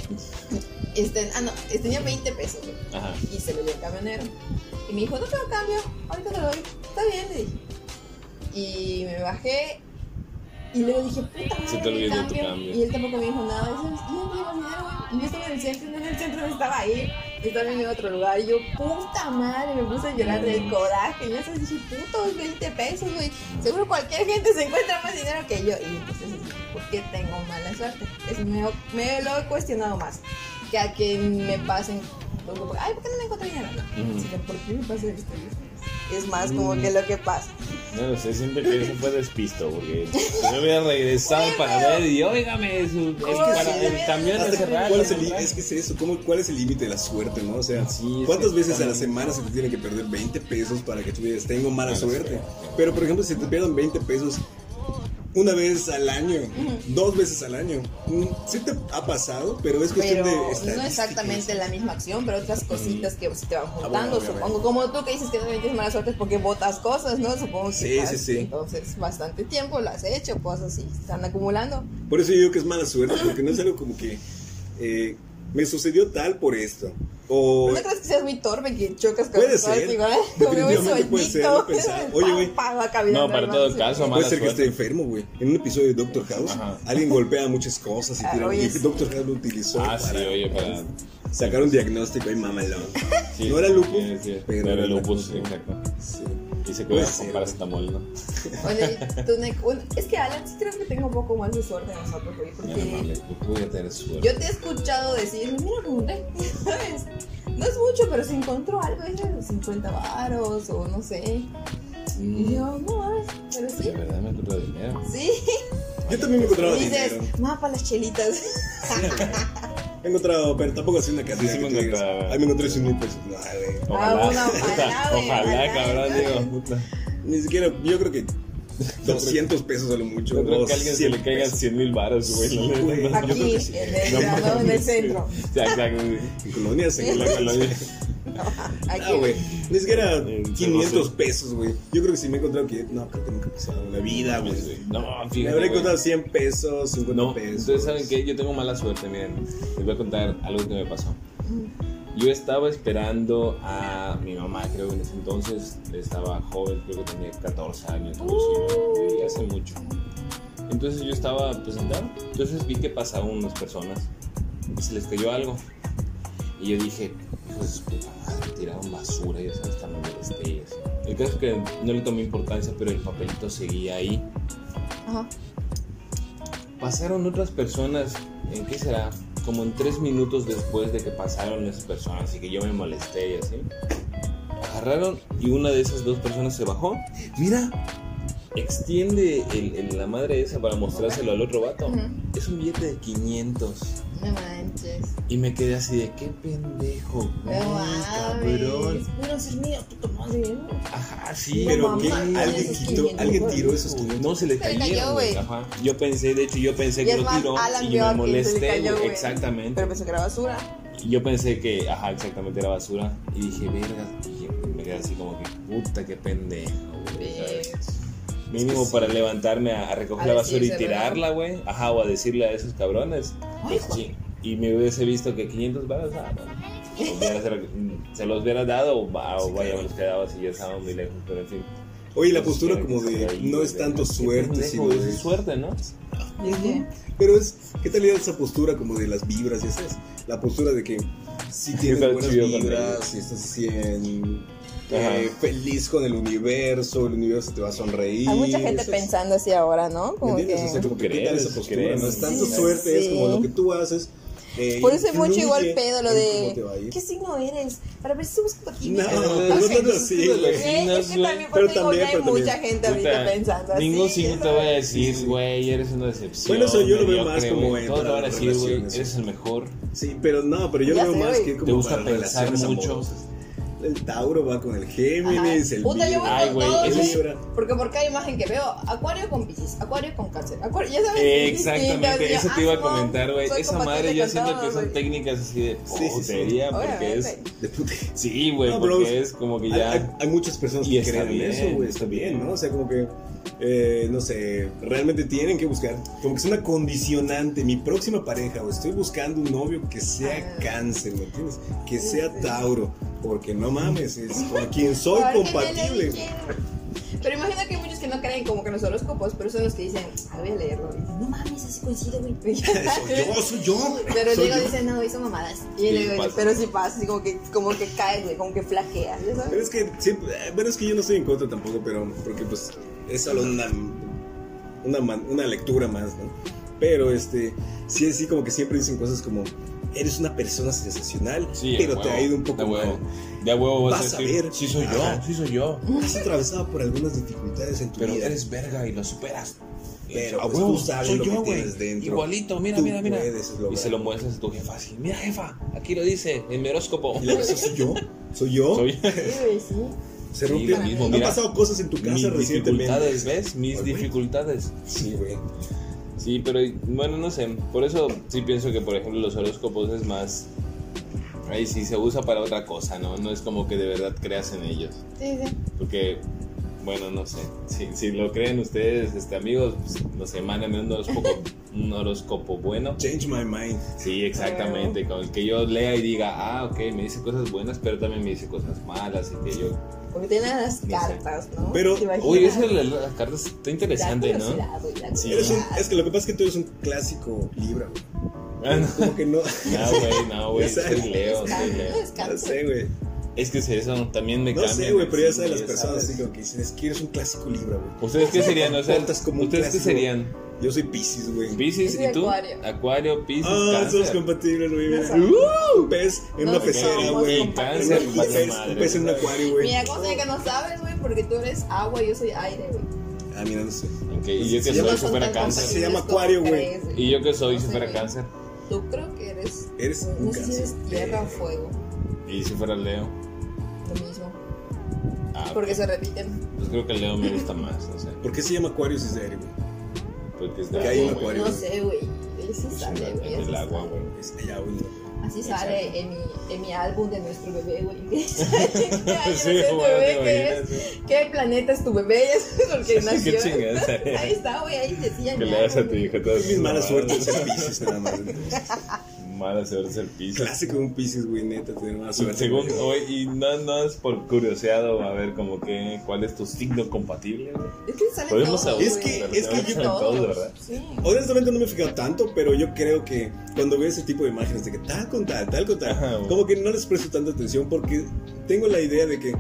Este, ah, no, este, tenía 20 pesos, güey, Ajá. y se lo dio el camionero. Y me dijo, no tengo cambio, ahorita te lo doy, está bien, le dije. Y me bajé, Y luego dije, puta madre, Se te mi olvidó tu cambio. cambio. Y él tampoco me dijo nada. Y ¿sabes? Y yo no llevo dinero, güey. Y yo estaba en el centro, no en el centro, no estaba ahí. Estaba en otro lugar. Y yo, puta madre, me puse a llorar del coraje. Ya sabes, dije, putos 20 pesos, güey. Seguro cualquier gente se encuentra más dinero que yo. Y entonces, ¿por qué tengo mala suerte? Es- me, me lo he cuestionado más. Que a que me pasen. Ay, ¿por qué no me encuentro dinero? No, Mm. Ujú. sino, ¿por qué me pasa esto? Es más como que lo que pasa. No lo sé, siento que eso fue despisto, porque Si no hubiera regresado Oye, para pero- ver y óigame, su, Oye, para- sí, el camión hasta es que- cerrado. ¿Cuál es, el, li- es que es eso, ¿cómo- ¿cuál es el límite de la suerte, no? O sea, Sí, es ¿cuántas que veces a la también- semana se te tiene que perder 20 pesos para que tú digas, tengo mala Mala suerte? suerte. Pero, por ejemplo, si te pierden 20 pesos una vez al año, dos veces al año, mm, sí te ha pasado, pero es cuestión pero de no estadísticas. Ah, exactamente la misma acción, pero otras cositas que se te van bueno, juntando, obviamente. supongo. Como tú que dices que también tienes mala suerte es porque botas cosas, ¿no? Supongo que Sí, has- sí, sí. entonces bastante tiempo lo has hecho, cosas así, se están acumulando. Por eso yo digo que es mala suerte, porque no es algo como que eh, me sucedió tal por esto. O ¿No crees que seas muy torpe que chocas con Puede las cosas ser. igual? Como muy Definitivamente puede ser, no solito, pensaba. pam, Oye, güey. pam, va caminando No, para el todo man, caso, sí. mala Puede ser que suerte. esté enfermo, güey. En un episodio de Doctor House, Ajá. alguien golpea muchas cosas y Ah, tira. oye, y sí. Doctor House lo utilizó Ah, sí, para oye, para. sacar un diagnóstico y mamalón. sí, no era lupus, sí, sí, pero no era era lupus, lupus. exacto. Sí. Y se Puede cuida ser. con paracetamol, ¿no? Oye, tú, Nick, bueno, es que Alan sí creo que tengo un poco más de suerte de nosotros, güey, Ya porque no mames, tú puedes tener suerte. Yo te he escuchado decir, mira, pregunté, ¿sabes? No es mucho, pero se encontró algo, es de los 50 varos o no sé. Y Mm, yo, no, ¿ves? pero De sí. verdad me encuentro dinero. Sí, Yo también me encontraba dinero. dices, más para las chelitas. Me he encontrado, pero tampoco así una cantidad Sí, sí me que tú digas, encontraba. Ay, me encontré 100 mil pesos. Ay, güey. Ojalá, una puta, ojalá, güey, ojalá, ojalá, cabrón, ojalá. digo, puta. Ni siquiera, yo creo que 200 pesos a lo mucho. Yo creo o que a alguien se le 100 caigan pesos. 100 mil baros, güey. la Sí, neta, güey. no, creo Aquí, que sí. en el, No mercado, en el mames. centro. Ya, exacto, güey. En colonias, en La colonia. Aquí, Ah, güey. Ni siquiera Eh, 500 no sé. pesos, güey. Yo creo que si me he encontrado que. No, creo que nunca he pasado en la vida, güey. No, Me fíjate. habré güey. encontrado 100 pesos, 50 No, pesos. entonces saben que yo tengo mala suerte, miren, les voy a contar algo que me pasó. Mm. Yo estaba esperando a mi mamá, creo que en ese entonces estaba joven, creo que tenía 14 años, algo así, ¿no? Y hace mucho. Entonces yo estaba pues sentado, entonces vi que pasaban unas personas y se les cayó algo. Y yo dije, hijo de su puta madre, tiraron basura, ya sabes, también de las estrellas. El caso es que no le tomé importancia, pero el papelito seguía ahí. Ajá. Pasaron otras personas, ¿en qué será? Como en tres minutos después de que pasaron esas personas, y que yo me molesté y así. Agarraron y una de esas dos personas se bajó. Mira, extiende el- el- la madre esa para mostrárselo al otro vato. Ujú. Es un billete de 500. No manches. Y me quedé así de, qué pendejo. No güey, mames. Pudieron ser míos, puta madre. ¿no? Ajá, sí. No Pero mamá, que mames, alguien esos quitó, 500 alguien pesos. tiró esos 500 No se le Se le cayó, cayeron, güey. güey. Ajá. Yo pensé, de hecho, yo pensé Y que es lo más, tiró Alan y vio me a quien se le molesté, cayó, güey. güey. Exactamente. Pero pensó que era basura. Y Yo pensé que, ajá, exactamente era basura. Y dije, verga, y me quedé así como que, puta, qué pendejo, güey. ¿sabes? Mínimo para levantarme a, a recoger A la basura y decírselo, ¿no? tirarla, güey. Ajá, o a decirle a esos cabrones. Pues, sí. Y me hubiese visto que 500 baros, ah, bueno. O hubiera- se, lo- se los hubiera dado o, va- o Sí, vaya, claro. me los quedaba si ya estaban muy lejos, pero en fin. Oye, la Pues, postura pero como de ahí, no güey, es tanto qué suerte, pendejo, sino güey, de. Ah, es suerte, ¿no? Y es que, Pero es, ¿qué tal era esa postura como de las vibras y esas? La postura de que si tienes Está buenas chido con vibras, ellos. si estás así en, Ajá. eh, feliz con el universo, el universo te va a sonreír. hay mucha gente esas- pensando así ahora, ¿no? ¿Me Como entiendes? que... O sea, como que ¿qué tal ¿Crees? esa postura? ¿Crees? No es tanto Sí. suerte, es como Sí. lo que tú haces. eh, Por eso es mucho influye igual pedo lo en cómo te va a de ir. ¿Qué signo eres? Para ver si busco aquí. No, Pero no, no tanto así, güey. Eh, es que también, por eso Pero digo, también, no hay pero también. mucha gente ahorita Puta, pensando así. Ningún signo te va a Sí, sí. decir, güey, eres una decepción. Bueno, eso yo lo veo mediocre, más como güey. en Todos te van a decir, güey, relaciones. eres el mejor. Sí, pero no, pero yo Ya lo veo sé, más güey. que Te como gusta para pensar relaciones mucho. amorosas. Ah, El Tauro va con el Géminis, Ajá. el Puta, yo voy Ay, con güey, todos, eso güey. es- Libra. Porque por cada imagen que veo, acuario con piscis, acuario con cáncer, acuario, ya sabes. Eh, distinto, Exactamente, digo, eso ah, te iba a no, comentar, güey. soy Esa compatible madre yo con siento que todos, son güey. técnicas así de Sí, sí, sí. putería, porque Obviamente. es. de puta. Sí, güey, No, bros. porque es como que Hay, ya. hay- hay muchas personas Y que está creen en bien, eso, güey. Está está bien, bien. ¿no? O sea, como que, eh, no sé, realmente tienen que buscar. Como que es una condicionante. Mi próxima pareja, o estoy buscando un novio que sea Ah. cáncer, ¿me entiendes? Que Sí, sea sí. Tauro. Porque no mames, es con quien soy Porque me lo compatible. dijeron. Pero imagino que hay muchos que no creen como que en los horóscopos, pero son los que dicen, ah, voy a leerlo. Y dicen, no mames, así coincide, güey. Soy yo, soy yo. Pero soy luego yo. dicen, no, hizo mamadas. Y Sí, luego, pasa. pero sí pasa, así como que, como que caes, güey, como que flaqueas, ¿ya Pero sabes? es que, sí, eh, bueno, es que yo no estoy en contra tampoco, pero porque pues es solo una, una, man- una lectura más, ¿no? Pero este, sí, así como que siempre dicen cosas como, eres una persona sensacional, Sí, pero a te huevo, ha ido un poco de huevo. mal. De a huevo vas, Vas a a decir, ver. sí soy yo, Ajá. sí soy yo. Has atravesado por algunas dificultades en tu Pero vida. eres verga y lo superas. Pero, a pues, huevo, tú sabes soy lo que yo, güey. tienes dentro. Igualito, mira, Tú mira, mira. puedes lograrlo. Y se lo muestras a tu jefa así. Mira, jefa, aquí lo dice, en mi horóscopo. Y la persona soy yo, soy yo, Soy Sí, güey, sí. se Sí, rompió. lo mismo, Han mira. pasado cosas en tu casa mis recientemente. dificultades, ¿ves? Mis Ay, güey. dificultades. Sí, güey. Sí, pero bueno, no sé. Por eso sí pienso que, por ejemplo, los horóscopos es más. Ahí sí se usa para otra cosa, ¿no? No es como que de verdad creas en ellos. Sí, sí. Porque, bueno, no sé. Si, si lo creen ustedes, este, amigos, pues, no sé, mándenme un horóscopo, un horóscopo bueno. Change my mind. Sí, exactamente. Con el que yo lea y diga, ah, ok, me dice cosas buenas, pero también me dice cosas malas. Y que yo. Porque tienen las No sé. cartas, ¿no? Pero- ¿Te imaginas? Uy, eso de las las cartas está Da interesante, ¿no? curiosidad, güey, da Sí, Eres un- curiosidad. es que lo que pasa es que tú eres un clásico Libra, güey. Ah, no. Como que no. No, güey, no, güey, Ya soy sabes. Leo, soy Descansa, Leo. descansa. No sé, güey. Es que es eso, también me No cambia. sé, güey, pero ya Sí, sabes las personas sabes. así como que dicen, es que eres un clásico Libra, güey. ¿Ustedes qué serían? O sea, Portas como un ¿Ustedes qué clásico. serían? Yo soy Pisces, güey. ¿Pisces Yo soy y tú? Acuario. Acuario, Pisces, Ah, somos Cáncer. compatibles, güey. No mira. Uh, Un pez en No una somos pecera, güey. compatibles. Un pez- Un pez en un acuario, güey. Mira, ¿cómo sé que no sabes, güey? Porque tú eres agua y yo soy aire, güey. Ah, mira, no sé. Ok, y yo Se que llama- soy son super tan cáncer. Se compatibles como llama acuario, güey. crees, Y yo que soy No sé, super güey. cáncer. Tú creo que eres. Eres un No sé si cáncer. eres tierra o fuego. Y si fuera Leo. Lo mismo. Ah, Porque se repiten. pues creo que Leo me gusta más, no sé. ¿Por qué se llama acuario si es de aire, güey? Porque es Porque de hay un agua, güey. acuario. No sé, güey. Así sale, güey. En así el agua, sale. güey. Es allá, güey. Así Exacto. sale en mi, en mi álbum de nuestro bebé, güey. Ay, Sí, no sé, tu güey, bebé, ¿qué te es? imaginas, güey. ¿Qué planeta es tu bebé? Ya sabes, porque Qué nació. chingada Ahí estaría. está, güey. Ahí decía. Que le das a tu hijo todas Es mi sus mala mamadas. suerte en ser Pisces, nada más. entonces. Mala suerte ser Pisces. Clásico de un Pisces, güey, neta, tener mala suerte. Según güey. hoy, y no, no es por curioseado, a ver, como que, ¿cuál es tu signo compatible? güey? Es que sale Podemos todo, saber. Es que- güey. es que Sale yo- todo. todos, ¿verdad? Sí. Honestamente no me he fijado tanto, pero yo creo que cuando veo ese tipo de imágenes de que tal con tal, tal con tal, Ajá, güey. como que no les presto tanta atención porque tengo la idea de que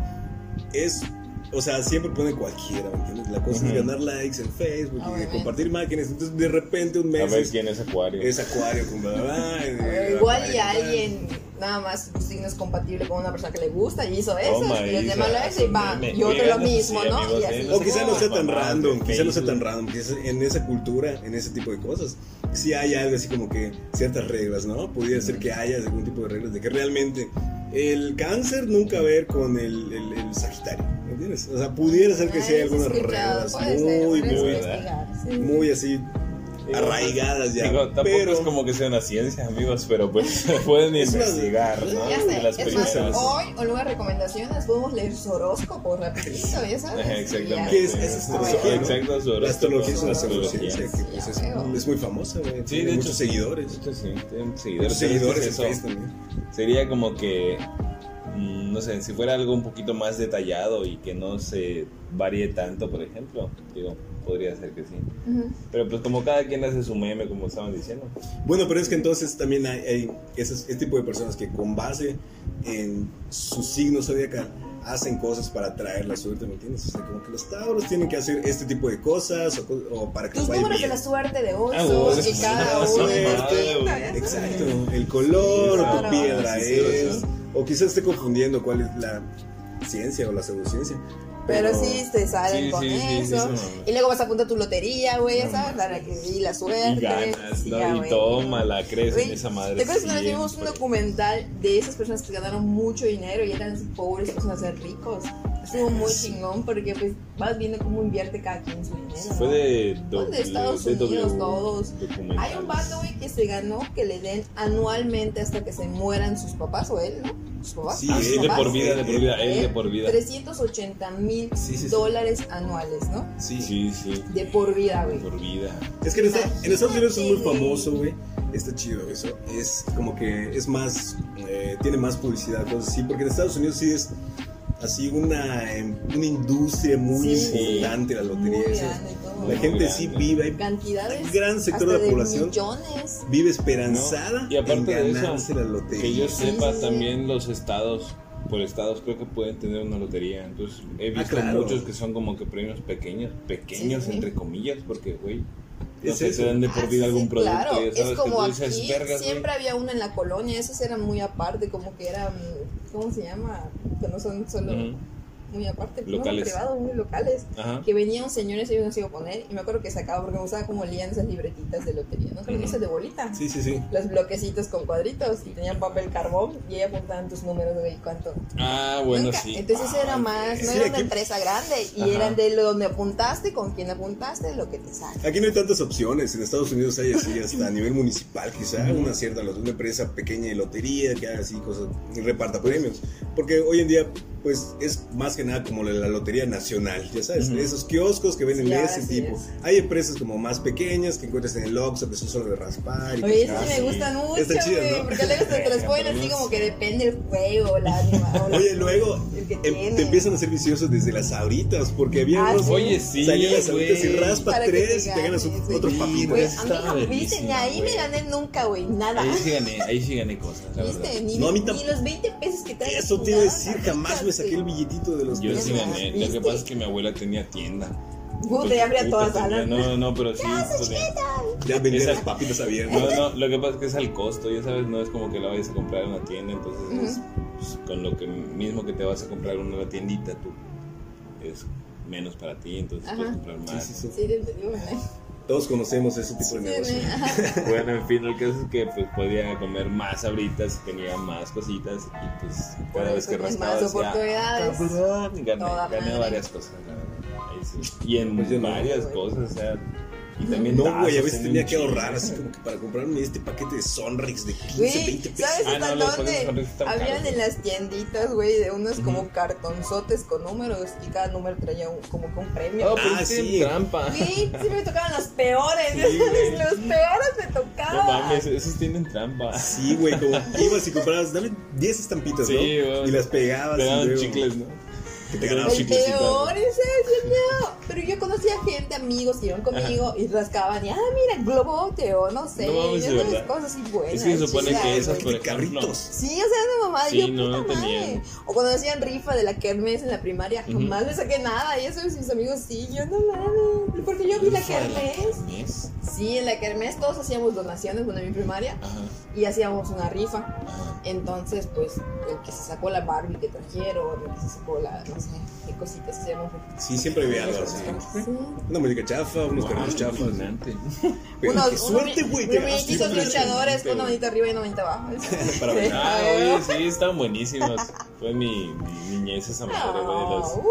es, o sea, siempre ponen cualquiera, ¿me entiendes? La cosa es Ujú. ganar likes en Facebook y Obviamente. compartir imágenes, entonces de repente un A mes ver es, quién es Acuario. es acuario con bla, bla, bla, y- A ver, Igual y alguien nada más su signo es compatible con una persona que le gusta y hizo eso, Toma, y el Isa, demás lo hizo y va, me y otro pegas, lo mismo, sí, ¿no? amigos, Y sí, así. no O quizá no sea tan Mamá, random, quizá no sea Facebook. tan random, quizá en esa cultura, en ese tipo de cosas, sí hay algo así como que ciertas reglas, ¿no? Pudiera ser que haya algún tipo de reglas de que realmente el cáncer nunca va a ver con el, el- el sagitario, ¿me entiendes? O sea, pudiera ser que sí hay Ay, algunas escuchado, reglas puede ser, muy, puede muy, ¿verdad? investigar, sí. muy así Digo, arraigadas ya. Digo, tampoco pero es como que sea una ciencia, amigos, pero pues se pueden Es una- investigar, ¿no? Ya Ah, De las sé, es más, primeras. oh, hoy en lugar de recomendaciones podemos leer su horóscopo rapidito, ¿ya sabes? Ajá, Exactamente. Que es- es astrología, ¿no? Exacto, su la astrología es una astrología. pseudociencia que pues, es, Sí, a huevo. es muy famosa, güey. Sí, tiene de hecho, muchos seguidores. Esto sí, tienen Muchos seguidores. seguidores pero en es eso. Facebook también. Sería como que, mm, no sé, si fuera algo un poquito más detallado y que no se varíe tanto, por ejemplo, digo, podría ser que sí. Ujú. Pero pues como cada quien hace su meme, como estaban diciendo. Bueno, pero es que entonces también hay, hay esos- este tipo de personas que con base en su signo zodiacal hacen cosas para traer la suerte, ¿me entiendes? O sea, como que los tauros tienen que hacer este tipo de cosas o, co- o para que les Tus vaya números de bien. la suerte de hoy Ah, son vos, que sí, cada sí, uno sí, es sí, distinto, sí, ¿ya sabes? Exacto, el color o Claro. tu piedra Sí, sí, es, sí. o quizás esté confundiendo cuál es la ciencia o la pseudociencia. Pero sí te salen Sí, con sí, sí, sí, eso. sí, sí, sí. y luego vas a apuntar tu lotería, güey, ya No ¿sabes? Para que sí, la suerte. y ganas, sí, ¿no? ya, y güey. toma la crees en Güey, esa madre. ¿Te acuerdas cuando siempre. vimos un documental de esas personas que ganaron mucho dinero y eran pobres personas ser ricos? Estuvo muy chingón porque pues vas viendo cómo invierte cada quien su dinero. ¿no? Fue de Son de Estados de Unidos W todos. documentales. Hay un vato, güey, que se ganó que le den anualmente hasta que se mueran sus papás o él, ¿no? Sus papás. Sí, Ah, sus sí, de papás. por vida, de por vida, él de ¿eh? por vida. 380 mil Sí, sí, sí. dólares anuales, ¿no? Sí, sí, sí. De por vida, De güey. por vida. Es que en, esta- en Estados Unidos es muy Imagínate, güey. famoso, güey. Está chido eso. Es como que es más. eh, tiene más publicidad, cosas así. Porque en Estados Unidos sí es. así una, em, una industria muy Sí. importante la lotería. Muy eso es- grande y todo. la Muy gente sí grande. vive, hay Cantidades. un gran sector hasta de la población Millones. vive esperanzada No, y aparte de en eso, ganarse la lotería. Que yo Sí, sepa, sí, sí. también los estados, por estados creo que pueden tener una lotería. Entonces, he Ah, visto claro. muchos que son como que premios pequeños, pequeños Sí, sí. entre comillas, porque, güey, no Es sé, eso. se dan de por vida Ah, sí, algún producto. Claro, ya sabes es como que aquí tú dices, "Vergas, güey". siempre había uno en la colonia, esos eran muy aparte, como que eran, ¿cómo se llama? Que no son solo Ujú, muy aparte, no, Locales. privados, muy locales. Ajá. Que venía un señor, ese yo no se iba a poner, y me acuerdo que sacaba, porque me usaba como lían esas libretitas de lotería, ¿no? Creo que Ujú. esas de bolita. Sí, sí, sí. Los bloquecitos con cuadritos, y tenían papel carbón, y ahí apuntaban tus números de cuánto. Ah, bueno, Nunca. sí. Entonces era más, ok. no Sí, era una aquí- empresa grande, y Ajá. eran de lo donde apuntaste, con quién apuntaste, lo que te saca. Aquí no hay tantas opciones. En Estados Unidos hay así, hasta a nivel municipal, quizá una cierta, una empresa pequeña de lotería que haga así cosas y reparta premios. Porque hoy en día, pues es más que nada como la, la lotería nacional, ya sabes, Ujú. esos kioscos que venden Sí, de ahora ese sí tipo. es. Hay empresas como más pequeñas que encuentras en el Oxxo, que son solo de raspar y Oye, sí cosas me así. gustan mucho, Está chido, güey, ¿no? porque luego hasta te los ponen así como que depende el juego, la anima, o la- Oye, luego el que em- tiene. te empiezan a ser viciosos desde las ahoritas, porque había Ah, unos. sí. Oye, sí, salían las ahoritas y güey. raspa Para que te tres y te ganas un- ganes, sí. otros Sí, Güey, papitas. a mí Estaba jamás, ni bellísima, ahí me güey. gané nunca, güey, nada. Ahí sí gané, ahí sí gané cosas, la verdad. ¿Viste? Ni, No, a mí ni tamp- los 20 pesos que traes. Eso te iba a decir, jamás me saqué el billetito de los Yo pesos. sí Mira, gané. Lo que ¿viste? pasa es que mi abuela tenía tienda. Puta, ya abría Puta, todas tenía- alas. No, no, no, pero sí. pues, tenía- Ya vendía Esa- las papitas abiertas. No, no, lo que pasa es que es al costo, ya sabes, no es como que la vayas a comprar en una tienda, entonces es pues, con lo que mismo que te vas a comprar en una tiendita, tú es menos para ti, entonces Ajá. puedes comprar más. Sí, sí, sí. Sí, te digo, güey. Todos conocemos ese tipo de Sí, negocio. me- ajá. Bueno, en fin, el caso es que pues podía comer más abritas, tenía más cositas y pues cada Ahora vez que tienes raspaba más decía, oportunidades. "Cabrón", gané, Toda gané madre. varias cosas, la verdad. Ahí sí. Y en Pues yo no, varias güey. cosas, o sea, y también No, güey, a tazas, veces en tenía un que chingo. ahorrar así como que para comprarme este paquete de Sonrix de 15, Güey, 20 pesos. ¿sabes Ah, hasta no, los paquetes dónde? son- están Habían caros, en güey. las tienditas, güey, de unos como cartonzotes con números y cada número traía un- como que un premio. Oh, pero Ah, es que sí. trampa. Sí, sí me tocaban los peores. Sí, güey. los peores me tocaban. No mames, esos tienen trampa. Sí, güey, como ibas y comprabas, dame 10 estampitas, Sí, ¿no? güey. Y las pegabas. Te y daban luego- chicles, ¿no? Que te ganaban El El chicles. chicle, sí, peor es ese, no. Pero yo conocía gente, amigos que iban conmigo y rascaban y, ah, mira, globote o no sé. No mames, y de esas verdad. cosas y buenas. Es que se supone chidas, que esas, güey. por De ejemplo, cabritos. Sí, o sea, de mamá, Sí, yo no, puta no madre. tenían. O cuando hacían rifa de la kermes en la primaria, Ujú. jamás le saqué nada. Y eso mis amigos, sí, yo no mames. Porque yo vi la ¿eh? kermes. ¿Mes? Sí, en la kermes todos hacíamos donaciones, bueno, en mi primaria, Ajá, y hacíamos una rifa. ajá. Entonces, pues, el que se sacó la Barbie que trajeron, el que se sacó la, no sé, qué cositas se llaman. Sí, siempre había algo así. Sí. Una muñeca chafa, unos Wow, perros chafas. impresionante. Pero Unos- qué unos suerte, mu- güey. te unos ganaste muñequitos una flecha. luchadores con una güey. manita arriba y una manita abajo. Sí. Para bailar. Ah, Ah, oye, ¿verdad? sí, están buenísimos. Fue mi, mi niñez esa madre, güey. de Ah, Los... uh.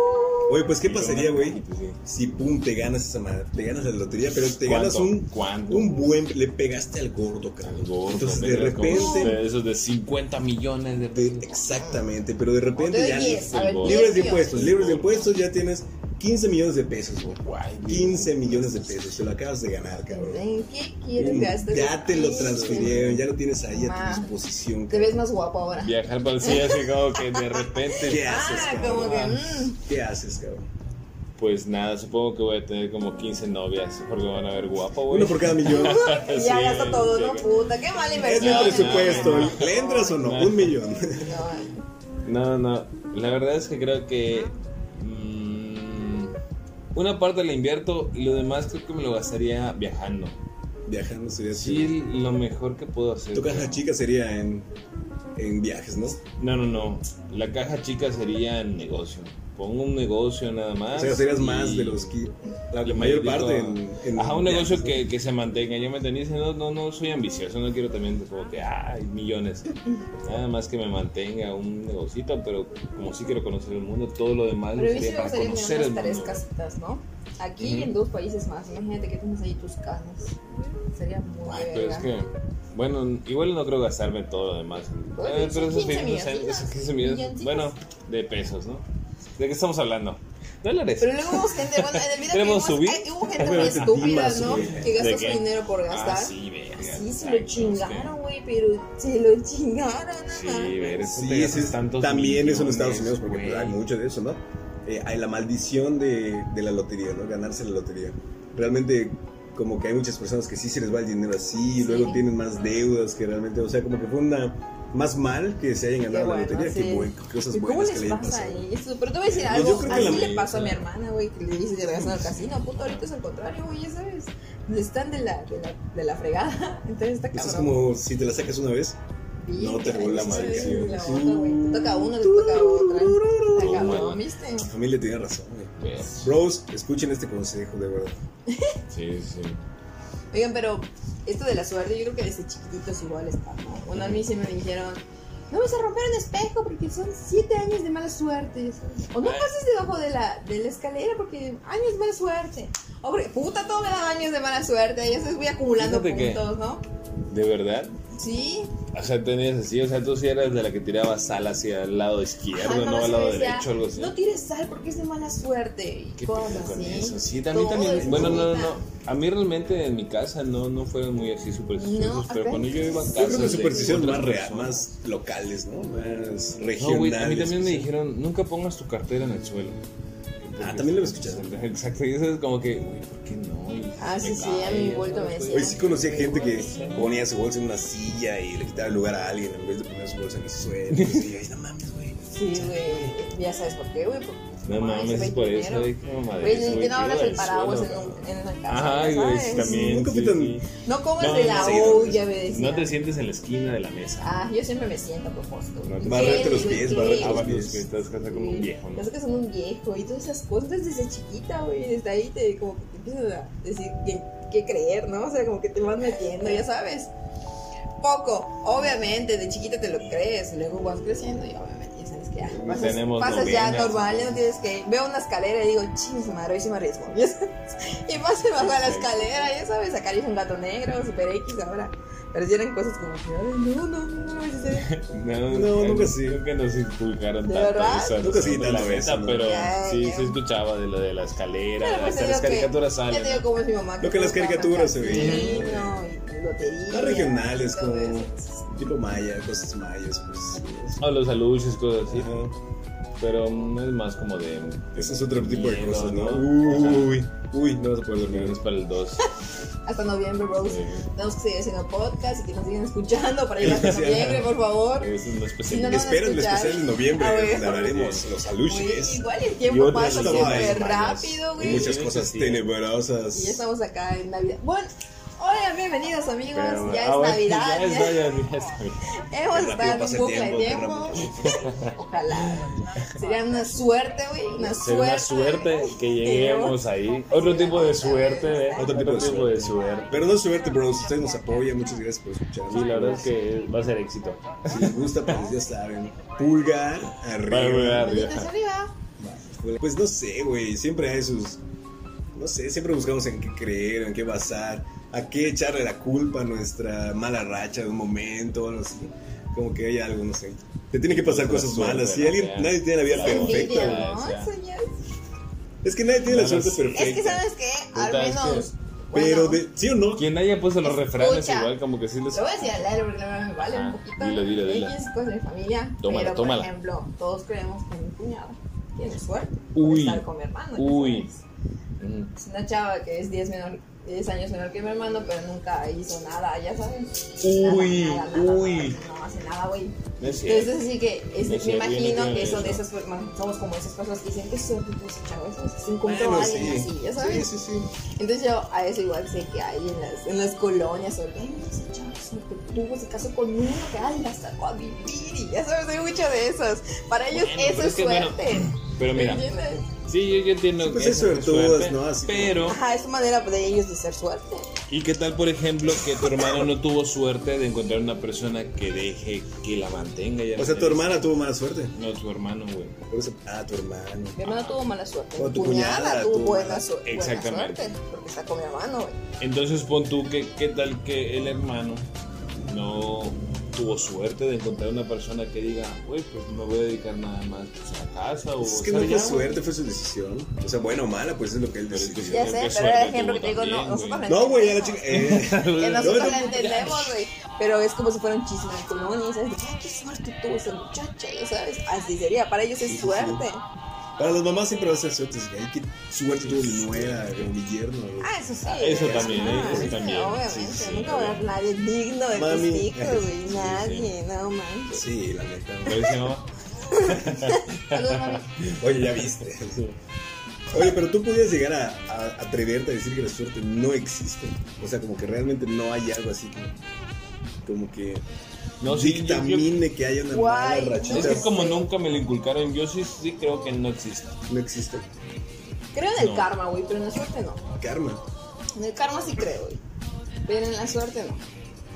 Oye, pues, ¿qué pasaría, güey? Sí. Si pum, te ganas esa madre, te ganas la lotería, pero te ¿Cuánto? ganas un, ¿Cuánto? un buen, le pegaste al gordo, cabrón. Al gordo, Entonces de verga, como repente, ustedes, Esos de 50 millones de de- pesos. exactamente, pero de repente Entonces, ya diez, a ver, libres libres diez de millones. impuestos, libres de impuestos ya tienes 15 millones de pesos, güey. Guay, güey. 15 millones de pesos, te lo acabas de ganar, cabrón. ¿En qué quieres Pum, gastar? ya te lo Sí. transfirieron, ya lo tienes ahí a Ma. tu disposición. Te cabrón. ves más guapo ahora. Viajar para el sí, así como que de repente. ¿Qué haces, Ah, cabrón? como que. mm. ¿Qué haces, cabrón? Pues nada, supongo que voy a tener como 15 novias porque van a ver guapo, güey. Uno por cada millón. Y Sí, ya gasta güey, todo, sí, ¿no? güey. Puta, qué mala Es inversión. mi No, presupuesto. no, No, ¿Le entras o no? No. Un millón. no. No, no, la verdad es que creo que mm, una parte la invierto y lo demás creo que me lo gastaría viajando. Viajando sería así. Sí, lo mejor que puedo hacer. Tu caja creo. chica sería en, en viajes, ¿no? No, no, no. La caja chica sería en negocio. Pongo un negocio nada más. O sea, serías y- más de los que. La, Le mayor dedico parte a- en. en Ajá, un viajes, negocio ¿no? que, que se mantenga. Yo me tenía diciendo, no, no, no soy ambicioso, no quiero también como que, ay, millones. Nada más que me mantenga un negocito, pero como sí quiero conocer el mundo, todo lo demás lo Pero a mí sí sería me gustaría para conocer tener el unas tres mundo. casitas, ¿no? Aquí y Ujú. en dos países más. Imagínate que tienes ahí tus casas. Sería muy Ay, verga. pero es que, bueno, igual no creo gastarme todo lo demás. Oye, Eh, pero son esos 15 15 millones, milloncitos. esos 15 millones, Milloncitos. bueno, de pesos, ¿no? ¿De qué estamos hablando? Dólares. Pero luego hubo gente, bueno, en el video que vimos, Queremos subir. hay- hubo gente muy Obviamente, estúpida, Dimas, ¿no? güey. Que gasta ¿De su qué? dinero por Ah, gastar. sí, verga. Sí, se Ay, lo no, chingaron, güey, pero se lo chingaron, no Sí, mames. verga. ¿cómo te Sí, sí, gastas tantos también eso en millones, Estados Unidos, porque güey? pues, hay mucho de eso, ¿no? Eh, hay la maldición de, de la lotería, ¿no? Ganarse la lotería. Realmente, como que hay muchas personas que sí se les va el dinero así, y luego tienen más deudas que realmente, o sea, como que fue una más mal que se hayan ganado Qué la bueno, lotería sí. que buen- cosas ¿Y ¿Cómo buenas que le les hayan pasa pasado. ahí? Eso- Pero te voy a decir Pues algo. ¿eh? yo creo que Así la le mayoría- pasó a mi hermana, güey, que le dice que regresa al casino. Puto, ahorita es al contrario, güey, ya sabes. Están de la, de la, de la fregada. Entonces está Eso cabrón. es como si te la sacas una vez, Bien, no te caray, robó la sí, sí, maldición. la otra, güey. Te toca una, te toca otra. Te Todo acabó, mal. ¿viste? la familia tiene razón. güey. Verga. Bros, escuchen este consejo, de verdad. Sí, sí. Oigan, pero esto de la suerte, yo creo que desde chiquititos igual está, ¿no? Bueno, a mí sí me dijeron, no vas a romper un espejo porque son siete años de mala suerte. O no pases debajo de la, de la escalera porque años de mala suerte. O porque, puta, todo me da años de mala suerte. Ya se voy acumulando Fíjate que- puntos, ¿no? ¿De verdad? Sí. O sea, tenías así, o sea, tú sí eras de la que tiraba sal hacia el lado Ajá, izquierdo, mamá no al lado siempre decía, derecho, algo así. No tires sal porque es de mala suerte. Y ¿Qué cosas pedo con así. eso? Sí, también, Todo es también. Bueno, no, no, bonita. no. A mí realmente en mi casa no, no fueron muy así supersticiosos, No, pero acá- cuando yo iba a casa. Yo creo que supersticiones más, rea- más locales, ¿no? Más regionales. No, güey, a mí también me dijeron, nunca pongas tu cartera en el suelo. Ah, también lo he escuchado. Exacto, y eso es como que, güey, ¿por qué no? Y Ah, sí, me sí, cae, a mí me ¿no? Pues, vuelto me decía. Hoy sí conocía gente que ponía su bolsa en una silla y le quitaba el lugar a alguien en vez de poner su bolsa en el suelo. Y ahí no mames, güey. Sí, güey. Ya sabes por qué, güey. porque- No Ay, mames, se es ve por dinero. eso, de qué mamadera, Güey, güey, ni que tira no abras el del paraguas en, suelo, un, cabrón. en una casa. Ajá, ya güey, sabes. también. Nunca sí, fui tan- sí. No comas No, de no, la sí, olla, me decía. No te sientes en la esquina de la mesa. Ah, yo siempre me siento a propósito. No te- Barrete los pies, barrete Ah, los bueno, pies. es que estás casa como un viejo, ¿no? Estás casando un viejo y todas esas cosas desde chiquita, güey. Desde ahí te, como que te empiezas a decir qué, qué creer, ¿no? O sea, como que te vas metiendo, ya sabes. Poco, obviamente, de chiquita te lo crees, luego vas creciendo y obviamente ya sabes que ah, pasas, Tenemos pasas ya novenas. normal, ya no tienes que. Veo una escalera y digo, ching, su madre, hoy sí me arriesgo. ya sabes. Y más se baja la escalera, ya sabes, acaricia un gato negro, super X ahora. Pero ya eran cosas como que, ay, no, no, no, no, no, No, No, nunca eh, sí. Nunca nos inculcaron ¿De tanto verdad? eso. Nunca sí, no, de la tanto mesa, eso, ¿no? pero Ya, sí ya. se escuchaba de lo de la escalera, Claro, pues, hasta te las digo que- caricaturas Ya salen. te digo ¿no? cómo es mi mamá. Ah, Lo que las caricaturas se veían. Casino y lotería. Más regionales, todo como eso. tipo maya, cosas mayas, pues. O los aluches, cosas así. Ajá. Pero no es más como de. de Ese es otro tipo de miedo, cosas, ¿no? Ajá. Uy, uy, no vas a poder dormir. Es para el eh, 2. Hasta noviembre, bros. Sí. Tenemos que seguir haciendo podcast y que nos sigan escuchando para ir hasta Sí. noviembre, por favor. Es un Si no, especial. no- Esperen el escuchar. especial en A noviembre, ver. donde hablaremos los Güey, aluches igual el Y tiempo otras pasa estaban súper ahí, rápido, y güey. muchas cosas Sí. Y ya tenebrosas. estamos acá en Navidad. Bueno, hola, bienvenidos amigos. Pero, ya es ah, bueno, Navidad. Ya es ya- Navidad, ya es Navidad. Hemos Qué rápido estado en pasa un el bucle de tiempo. tiempo, Ojalá. Sería una suerte, güey. Una ¿eh? Sería una suerte que lleguemos ahí. Otro tipo de suerte, ¿eh? Otro Otro tipo de tipo de suerte. Pero no suerte, bros. Ustedes nos apoyan. Muchas gracias por Sí, la escucharnos. verdad es que va a ser éxito. Si les gusta, pues ya saben. Pulgar Pulgar arriba. arriba. Manitas arriba. Pues no sé, güey. Siempre hay sus. No sé, siempre buscamos en qué creer, en qué basar, a qué echarle la culpa a nuestra mala racha de un momento, no sé. Como que hay algo, no sé. Te tiene que pasar Nuestra cosas suerte, malas. Si ¿no? alguien, Ya. nadie tiene la vida La perfecta, envidia, perfecto, güey. ¿no? o sea. Eso ya es- Es que nadie tiene la No, no suerte sé. perfecta. Es que, ¿sabes qué? Al Puta, es que- menos. bueno, Pero de, sí o no, Quien haya puesto los refranes Escucha. igual como que sí les... Lo voy a decir al aire porque no me vale un Ajá, poquito. dilo, dilo, dilo. X es cosa de mi familia. Tómala, pero, tómala. Por ejemplo, todos creemos que mi cuñado tiene suerte. Uy. De estar con mi hermano. ya Uy. sabes. Mm. Es una chava que es 10 menor. 10 años menor que mi hermano, pero nunca hizo nada, ya sabes. Uy, Nada, nada, nada, uy. No hace nada, güey. No es cierto. Entonces, así que este, No es me cierto, yo no imagino creo que en son de eso. esas personas, somos como esas personas que dicen que suerte tuvo ese chavo, o sea, se encontró bueno, a alguien sí. así, ya sabes. Sí, sí, sí. Entonces yo a eso igual sé que hay en las, en las colonias, sobre todo, ese chavo suerte tuvo, se casó pues, con uno que ay, la sacó a vivir y ya sabes, hay mucho de esos. Para ellos Bueno, eso pero es, es que, bueno, suerte. Pero ¿Me mira, entiendes? sí, yo, yo entiendo Sí, pues que es eso es suertudas, suerte, ¿no? Así como- pero, Ajá, es su manera de ellos de ser suerte. ¿y qué tal, por ejemplo, que tu hermano no tuvo suerte de encontrar una persona que deje que la mantenga? ya O sea, no tu es- hermana tuvo mala suerte. No, tu hermano, güey. Por eso- ah, tu hermano. Mi hermano tuvo mala suerte. O Mi tu cuñada cuñada tuvo tuvo buena, mala- su- buena Exactamente. suerte. Porque está con mi hermano, güey. Entonces pon tú que qué tal que el hermano no tuvo suerte de encontrar una persona que diga, güey, pues no voy a dedicar nada más pues, a la casa o Es que no ¿sabes fue ya, güey? suerte, fue su decisión. O sea, buena o mala, pues es lo que él Pero es que decidió. Ya Qué sé, pero suerte era el ejemplo que te digo, tuvo no, también, nosotros la No, güey, a la chica. entendemos. eh. Que No, nosotros no, la entendemos, güey. Pero es como si fuera un chisme de colonia, ¿sabes? De, Ay, qué suerte tuvo ese muchacho, ya sabes. Así sería, para ellos Sí, es sí, suerte. Para las mamás siempre va a ser suerte. así que, Ay, qué suerte tuvo mi nuera, mi yerno. güey. Ah, eso sí. Eso güey. también, ¿eh? Ah, Eso sí, también. Obviamente, Sí, sí, nunca va a haber nadie digno de Mami. tus hijos, güey. Sí, sí. Nadie, no manches. Sí, la neta. ¿Cómo se llama? Saludos, mami. Oye, ya viste. Oye, pero tú podías llegar a, a atreverte a decir que la suerte no existe. O sea, como que realmente no hay algo así como, como que No, sí, yo- yo- dictamine que haya una Guay, mala Es rachita. que como nunca me lo inculcaron, yo sí, sí creo que no existe. No existe. Creo en el No. karma, güey, pero en la suerte no. Karma. En el karma sí creo, güey. Pero en la suerte no.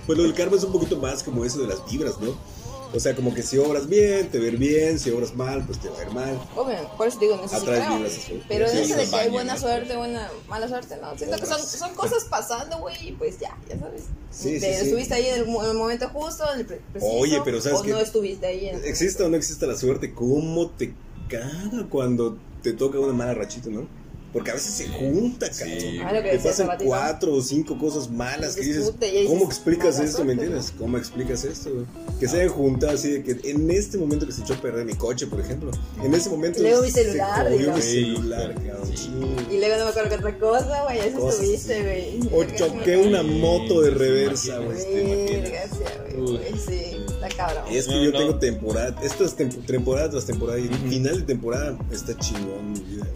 Pues lo del karma es un poquito más como eso de las vibras, ¿no? O sea, como que si obras bien, te va a ir bien, si obras mal, pues te va a ir mal. Obviamente, por eso digo, en eso sí Atraes creo. vibras azules. Pero en Sí, eso de que hay baño, buena ¿no? suerte, buena, mala suerte, no. Siento que son, son cosas pasando, güey, y pues ya, ya sabes. Sí, sí, Te sí. estuviste ahí en el, mo- en el momento justo, en el pre- preciso. Oye, pero ¿sabes O qué? no estuviste ahí en el Exista o no exista la suerte, ¿cómo te caga cuando te toca una mala rachita, no? Porque a veces se junta, cabrón. Ah, lo que decía Te hace pasan ratito. cuatro o cinco cosas malas que dices, Discute, ya dices, ¿cómo explicas mala esto? ¿Me suerte, entiendes? ¿Cómo explicas esto? güey? Que Ah. se hayan juntado así de que en este momento que se echó a perder mi coche, por ejemplo, en ese momento Luego mi se celular, jodió mi digamos. celular, Sí, cabrón. sí. Y luego no me acuerdo qué otra cosa, güey, así Cosas estuviste, güey. O choqué una moto de reversa, güey. Este, Verga, sí, güey, güey, sí, está cabrón. Es que No, yo no. tengo temporada, estas tempo- temporadas tras temporada y final de temporada está chingón mi vida.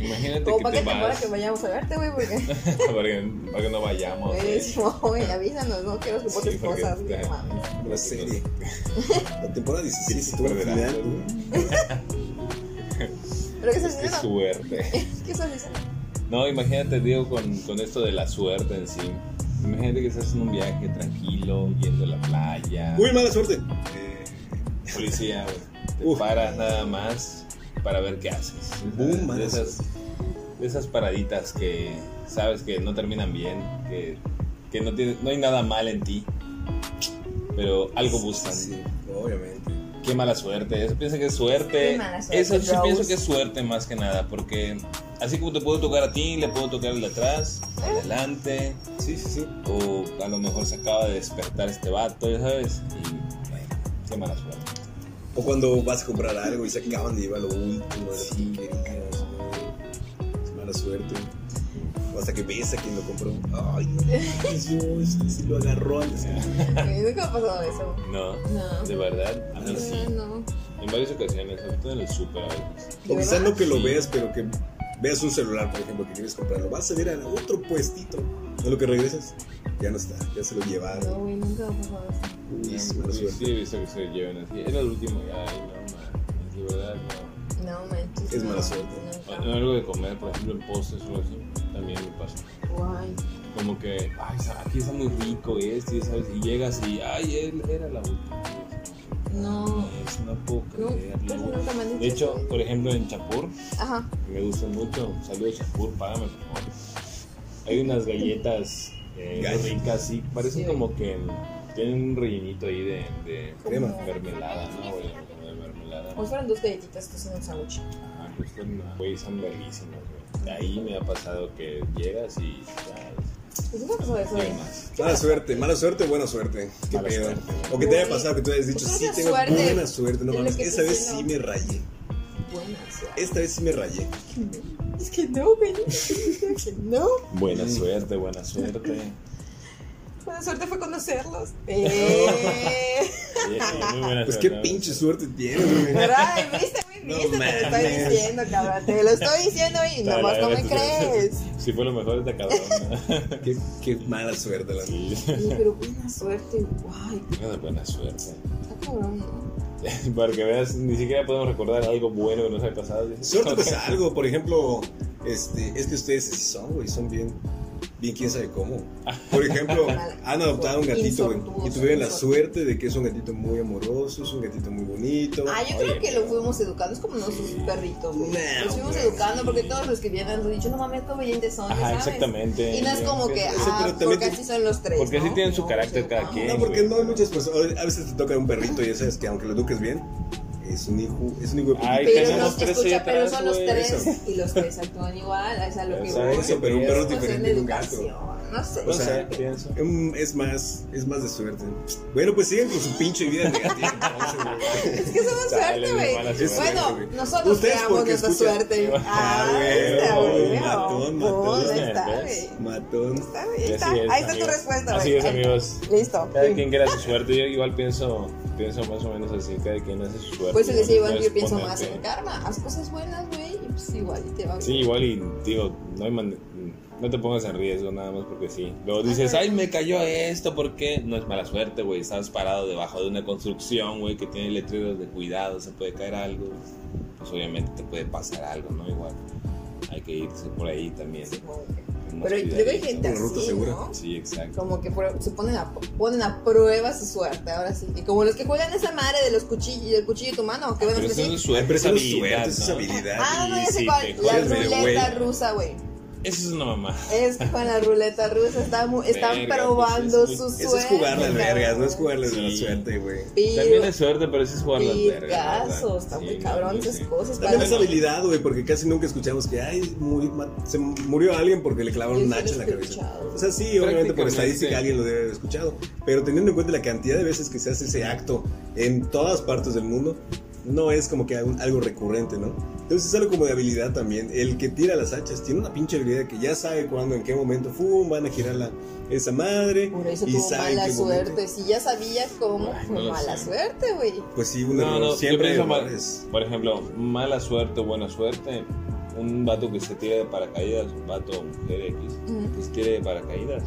Imagínate Como que para te qué temporada vas. que vayamos a verte, güey, porque... para, que, para que no vayamos. güey. Buenísimo, güey, avísanos, no quiero que Sí, potes porque- cosas, güey, no mames. La serie. La temporada 16 Sí, estuvo al perderá. final. güey. ¿Pero qué estás Qué diciendo? suerte. ¿Qué estás diciendo? No, imagínate, Diego, con, con esto de la suerte en sí. Imagínate que estás en un viaje tranquilo, yendo a la playa. Uy, mala suerte. eh, policía, güey, te Uf. paras nada más para ver qué haces. Boom, de, mala esas, de esas paraditas que sabes que no terminan bien, que, que no, tiene, no hay nada mal en ti, pero algo buscan. Sí, obviamente. Qué mala suerte. Eso pienso que es suerte. Qué mala suerte, Eso sí bros. pienso que es suerte más que nada, porque así como te puedo tocar a ti, le puedo tocar al de atrás, al de adelante, Sí, sí, sí. o a lo mejor se acaba de despertar este vato, ya sabes. Y bueno, qué mala suerte. O cuando vas a comprar algo y se acaban de llevar lo último de las Sí. porquerías, güey. Es mala suerte. O hasta que ves a quien lo compró. Ay, no, Dios, es que sí lo agarró antes. Güey, Nunca me ha pasado eso. No, No. de verdad, a mí No, sí. no, no. En varias ocasiones, sobre todo en el súper a veces. O ¿De quizás verdad? no que lo Sí. veas, pero que veas un celular, por ejemplo, que quieres comprarlo. Vas a ver a otro puestito. De lo que regresas, ya no está, ya se lo No, llevaron. güey, nunca me ha pasado eso. Uy, es Sí, mala sí, suerte. he visto que se llevan así. Era el último, ay, no, man, de verdad, no. No, manches. Es no, mala suerte. O- Nunca. Algo de comer, por ejemplo, en postres o así, también me pasa. Guay. como que, ay, sa- aquí está muy rico esto, y sabes, y llegas y, ay, él era la última. No. Es, no puedo Mm. No, casi creerlo. nunca me han dicho De hecho, eso. por ejemplo, en Chapur, Ajá. que me gusta mucho, saludos Chapur, págame por favor. Hay unas galletas eh, Galletas. ricas, sí, parecen Sí. como que tienen un rellenito ahí de, de Crema. mermelada, ¿no? O de- de mermelada. Pues fueron dos galletitas que son un sándwich. Ah, pues, güey, son bellísimas, güey. De ahí me ha pasado que llegas y ya, Pues nunca me ha pasado eso, güey. ¿qué más? Mala suerte, mala suerte, buena suerte. Qué Mala pedo. suerte. O que te haya Güey, pasado que tú hayas dicho, pues sí, esa tengo suerte buena suerte. No es lo mames, que esa estoy vez sí diciendo. me rayé. Buena suerte. Esta vez sí me rayé. Es que no, güey. Es que no. Buena suerte, buena suerte. Buena suerte fue conocerlos. Eh. muy buena Pues qué pinche suerte tienes, güey. Pero, ay, viste, güey, No viste, te lo estoy mames. diciendo, cabrón. Te lo estoy diciendo y nomás no me crees. Si fue lo mejor de cada uno. Qué, qué mala suerte, la neta. Sí. Oye, pero buena suerte, guay, Nada de buena suerte. está cabrón, ¿no? Para que veas, ni siquiera podemos recordar algo bueno que nos haya pasado. Suerte pues algo, por ejemplo, este, es que ustedes sí son, güey, son bien. bien quién sabe cómo. Por ejemplo, han adoptado un gatito, güey, y tuvieron la suerte de que es un gatito muy amoroso, es un gatito muy bonito. Ah, yo creo que lo fuimos educando, es como nuestros perritos, güey. Nah, los fuimos güey. educando porque todos los que vienen nos han dicho, no mames, qué obedientes son, ya Ajá, ¿sabes? exactamente. Y no es como que, Sí, ah, pero también porque te- así son los tres. porque ¿no? sí tienen su No, carácter sí, cada no. quien. No, porque no hay muchas personas. A veces te toca un perrito y ya sabes que aunque lo eduques bien, es un hijo, es un hijo de puta. Ay, Pero, Tenemos los, tres escucha, y pero tres, son los güey, tres eso. y los tres actúan igual, es a lo que Eso, voy. eso, pero un perro es Pues en diferente de un gato. educación, No sé. No O sea, sé, pienso. Mm, Es más, es más de suerte. Bueno, pues sigan con su pinche vida negativa. entonces, güey. Es que somos Chale, suerte, mi mala güey. suerte, Bueno, güey. nosotros Ustedes creamos porque nuestra escuchan- suerte. Ah, Ah, güey, está, güey. matón, matón. Pues, ahí está, ¿Ves? güey. Matón. Está, güey, Y ahí está. así es, Ahí está tu amigos. respuesta, güey. Así es, amigos. Listo. Cada quien crea su suerte. Yo igual pienso, pienso más o menos así. Cada quien hace su suerte. Por eso les Igual digo, yo puedes pienso ponerte- más en karma. Haz cosas buenas, güey, y pues igual y te va bien. Sí, igual y digo, no, hay man- no te pongas en riesgo nada más porque sí. Luego dices, ay, me cayó esto, ¿por qué? No es mala suerte, güey. Estás parado debajo de una construcción, güey, que tiene letreros de cuidado, se puede caer algo. Pues obviamente te puede pasar algo, ¿no? Igual. Hay que irse por ahí también. Sí, güey. con más Pero luego hay cuidadito. gente Una ruta así, segura. ¿no? Sí, exacto. Como que prue- se ponen a, ponen a prueba su suerte, ahora sí. Y como los que juegan esa madre de los cuchillos, del cuchillo de tu mano, que van a Pero eso decir, no es suerte, Pero es eso no es habilidad, suerte, eso es ¿no? habilidad. Ah, no, Y ya sé si cuál. te La jodes, me ruleta devuelve. rusa, güey. Eso es una mamá. Es que con la ruleta rusa están, mu- están Verga, probando pues es- su suerte. Eso es jugarle al vergas, no es jugarle a la Sí. suerte, güey. También Pero- es suerte, pero sí es jugar las vergas. la Picazos, verdad. está Sí, muy no, cabrón yo esas sí. cosas. También para- es habilidad, güey, porque casi nunca escuchamos que ay, muy ma- se murió alguien porque le clavaron Yo un sí lo hacha en la he cabeza. escuchado. O sea, sí, obviamente por Prácticamente. estadística alguien lo debe haber escuchado, pero teniendo en cuenta la cantidad de veces que se hace ese acto en todas partes del mundo, no es como que algún- algo recurrente, ¿no? Entonces es algo como de habilidad también. El que tira las hachas tiene una pinche habilidad que ya sabe cuándo, en qué momento, ¡fum! van a girar la, esa madre. Por eso y tuvo sabe en mala qué momento. suerte. Si ya sabías cómo, Ay, no fue lo mala sé. suerte, güey. Pues sí, un No, error. no, siempre siempre hay es mal, errores. Por ejemplo, mala suerte, buena suerte. Un vato que se tire de paracaídas, un vato, mujer X, Mm. que se tire de paracaídas,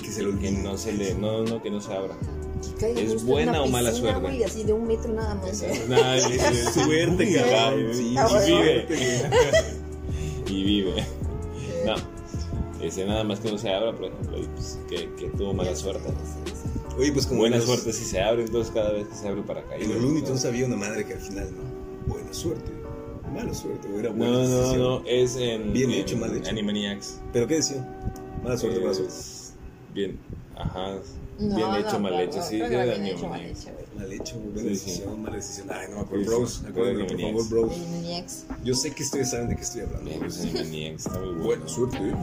Que se lo que olviden. no se le, no, no, que no se abra. Que caiga ¿Es justo en buena una o mala piscina, suerte? güey, así de un metro nada más. ¿eh? Esa es- Nah, y dice, Suerte, "Sí, cabrón. sí, Sí, Ah, y bueno. vive. y vive. Eh, No, ese nada más que no se abra, por ejemplo, y pues, que, que tuvo mala ya sé, suerte. sí, sí. Oye, pues como Buena los- suerte si se abre, entonces cada vez que se abre el paracaídas. En los Looney ¿sabes? Tunes había una madre que al final, ¿no? Buena suerte, mala suerte, o era buena No, no, decisión. no, es en, Bien en hecho, mal hecho. Animaniacs. ¿Pero qué decía? Mala suerte, Eh, mala suerte. Es Bien, ajá. No, bien hecho, no, mal claro, hecho, sí, creo que de era bien Daniel hecho, mal Manning. hecho, güey. Mal hecho, buena Sí, sí. decisión, mala decisión. Ay, no me acuerdo, Sí, bros. sí. Acuérdenme, por favor, bros. Animaniacs. Yo sé que ustedes saben de qué estoy hablando. Bien, sí, Maniac, pues, está muy bueno. Buena suerte, ¿eh?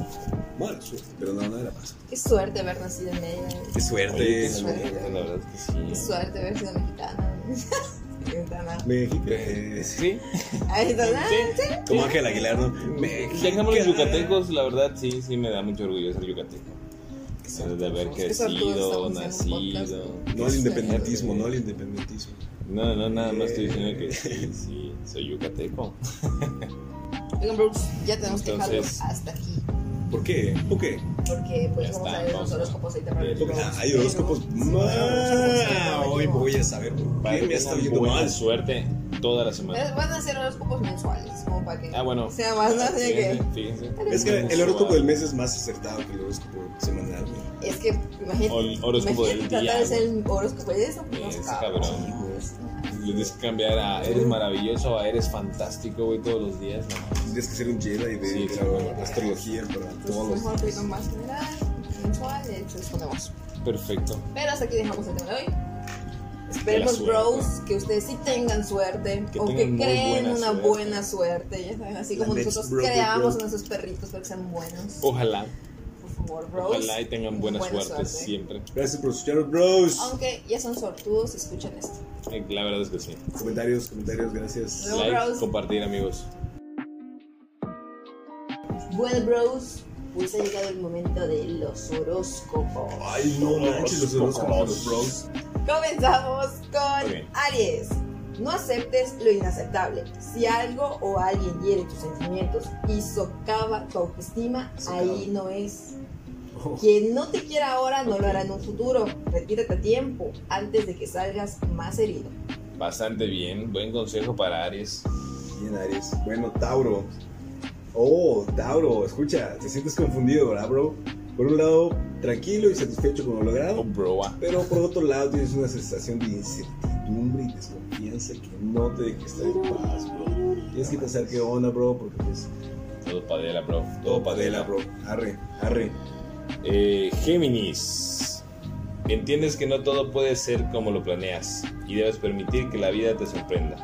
mala suerte. Pero no, no era mala suerte. Qué suerte haber nacido en medio. güey. Qué Oye, suerte. sí, suerte. La verdad es que Qué sí. suerte haber sido mexicana. güey. Mexicana. México. es- Sí, Ahí está. ah, sí. eh, Como Ángel Aguilar, ¿no? ya que estamos los Mexicana. yucatecos, la verdad sí, sí me da mucho orgullo ser yucateco. O sea, De haber Es que sortudo, crecido, estamos haciendo un podcast, nacido. No al independentismo, no al independentismo. No, no, nada más estoy diciendo Eh. que sí, sí, soy yucateco. Oigan, Brooks, ya tenemos que dejarlo Entonces- hasta aquí. ¿Por qué? ¿Por qué? Porque pues Ya vamos está, a ver vamos los a- Ah, horóscopos ahorita para Porque los Hay horóscopos. Ma- Hoy voy a saber por Para qué que me está tengan yendo buena mal. suerte toda la semana. Pero Eh, Van a ser horóscopos mensuales, como para que Ah, bueno. sea más, ¿no? Así que- Fíjense, fíjense. Es que el horóscopo del mes es más acertado que el horóscopo semanal. güey. Es que imagínate. O el imagínate horóscopo del tratar día, de ser el horóscopo de eso. pues, no, Ese cabrón. cabrón. Le tienes que cambiar a eres maravilloso a eres fantástico, güey, todos los días. ¿no? Tendrías que ser un Jedi de Sí, de claro. la astrología para Entonces, todos mejor los. que lo más general, mensual, y se los ponemos. Perfecto. Pero hasta aquí dejamos el tema de hoy. Esperemos, Que la suerte. bros, que ustedes sí tengan suerte Que o que tengan muy creen buena una suerte. buena suerte. Ya saben, así La como next nosotros bro, bro, creamos bro. a nuestros perritos para que sean buenos. Ojalá, Por favor, bros. ojalá y tengan buena, suerte, siempre. Gracias por escuchar, bros. Aunque ya son sortudos, escuchen esto. Eh, La verdad es que sí. Comentarios, comentarios, gracias. No, Like, bros. compartir, amigos. Bueno, bros, pues ha llegado el momento de los horóscopos. Ay, no manches, los horóscopos de los bros. Comenzamos con Ok. Aries. No aceptes lo inaceptable. Si algo o alguien hiere tus sentimientos y socava tu autoestima, Socava. ahí no es. Oh, Quien no te quiera ahora no lo hará en un futuro. Retírate a tiempo antes de que salgas más herido. Bastante bien. Buen consejo para Aries. Bien, Aries. Bueno, Tauro. Oh, Tauro, escucha, te sientes confundido, ¿verdad, bro? Por un lado, tranquilo y satisfecho con lo logrado, Oh, bro, ah. pero por otro lado tienes una sensación de incertidumbre y desconfianza que no te deja estar en paz, bro. Tienes que pensar qué onda, bro, porque pues Todo padela, bro. todo padela, bro. Arre, arre. Eh, Géminis. Entiendes que no todo puede ser como lo planeas y debes permitir que la vida te sorprenda.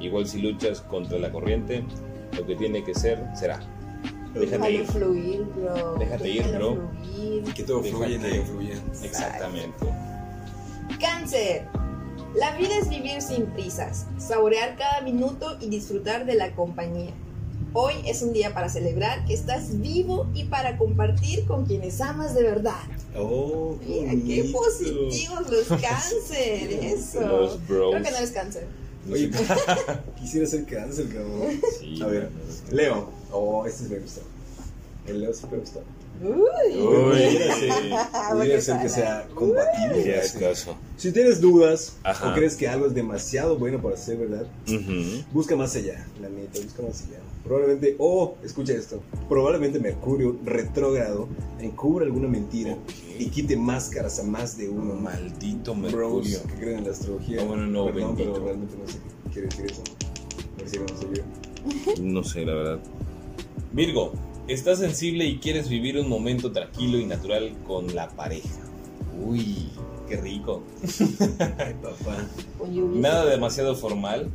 Igual si luchas contra la corriente, lo que tiene que ser será. Déjate Déjalo ir. fluir, bro. Déjate ir, Déjalo bro. fluir. Que todo Déjate. fluye, nadie fluye. Exactamente. Cáncer. La vida es vivir sin prisas, saborear cada minuto y disfrutar de la compañía. Hoy es un día para celebrar que estás vivo y para compartir con quienes amas de verdad. Oh, Mira, qué bonito. positivos los cáncer, eso. Los Creo que bros. no eres cáncer. Oye, quisiera ser cáncer, cabrón. Sí, A ver, bueno, es que- Leo. Oh, este me gustó. El Leo siempre me gustó. Uy. Uy, sí. Podría ser que sea compatible. Qué ¿verdad? ascoso. Si tienes dudas Ajá. o crees que algo es demasiado bueno para ser verdad, Ujú. busca más allá, la neta, busca más allá. Probablemente, oh, escucha esto, probablemente Mercurio retrógrado encubra alguna mentira y quite máscaras a más de uno mal. Maldito Bros Mercurio. que creen en la astrología. No, bueno, no, Perdón, bendito. pero realmente no sé qué quiere decir eso. Parece que no soy yo. No sé, la verdad. Virgo, estás sensible y quieres vivir un momento tranquilo y natural con la pareja. Uy, qué rico. Ay, papá. Con lluvia. Nada demasiado formal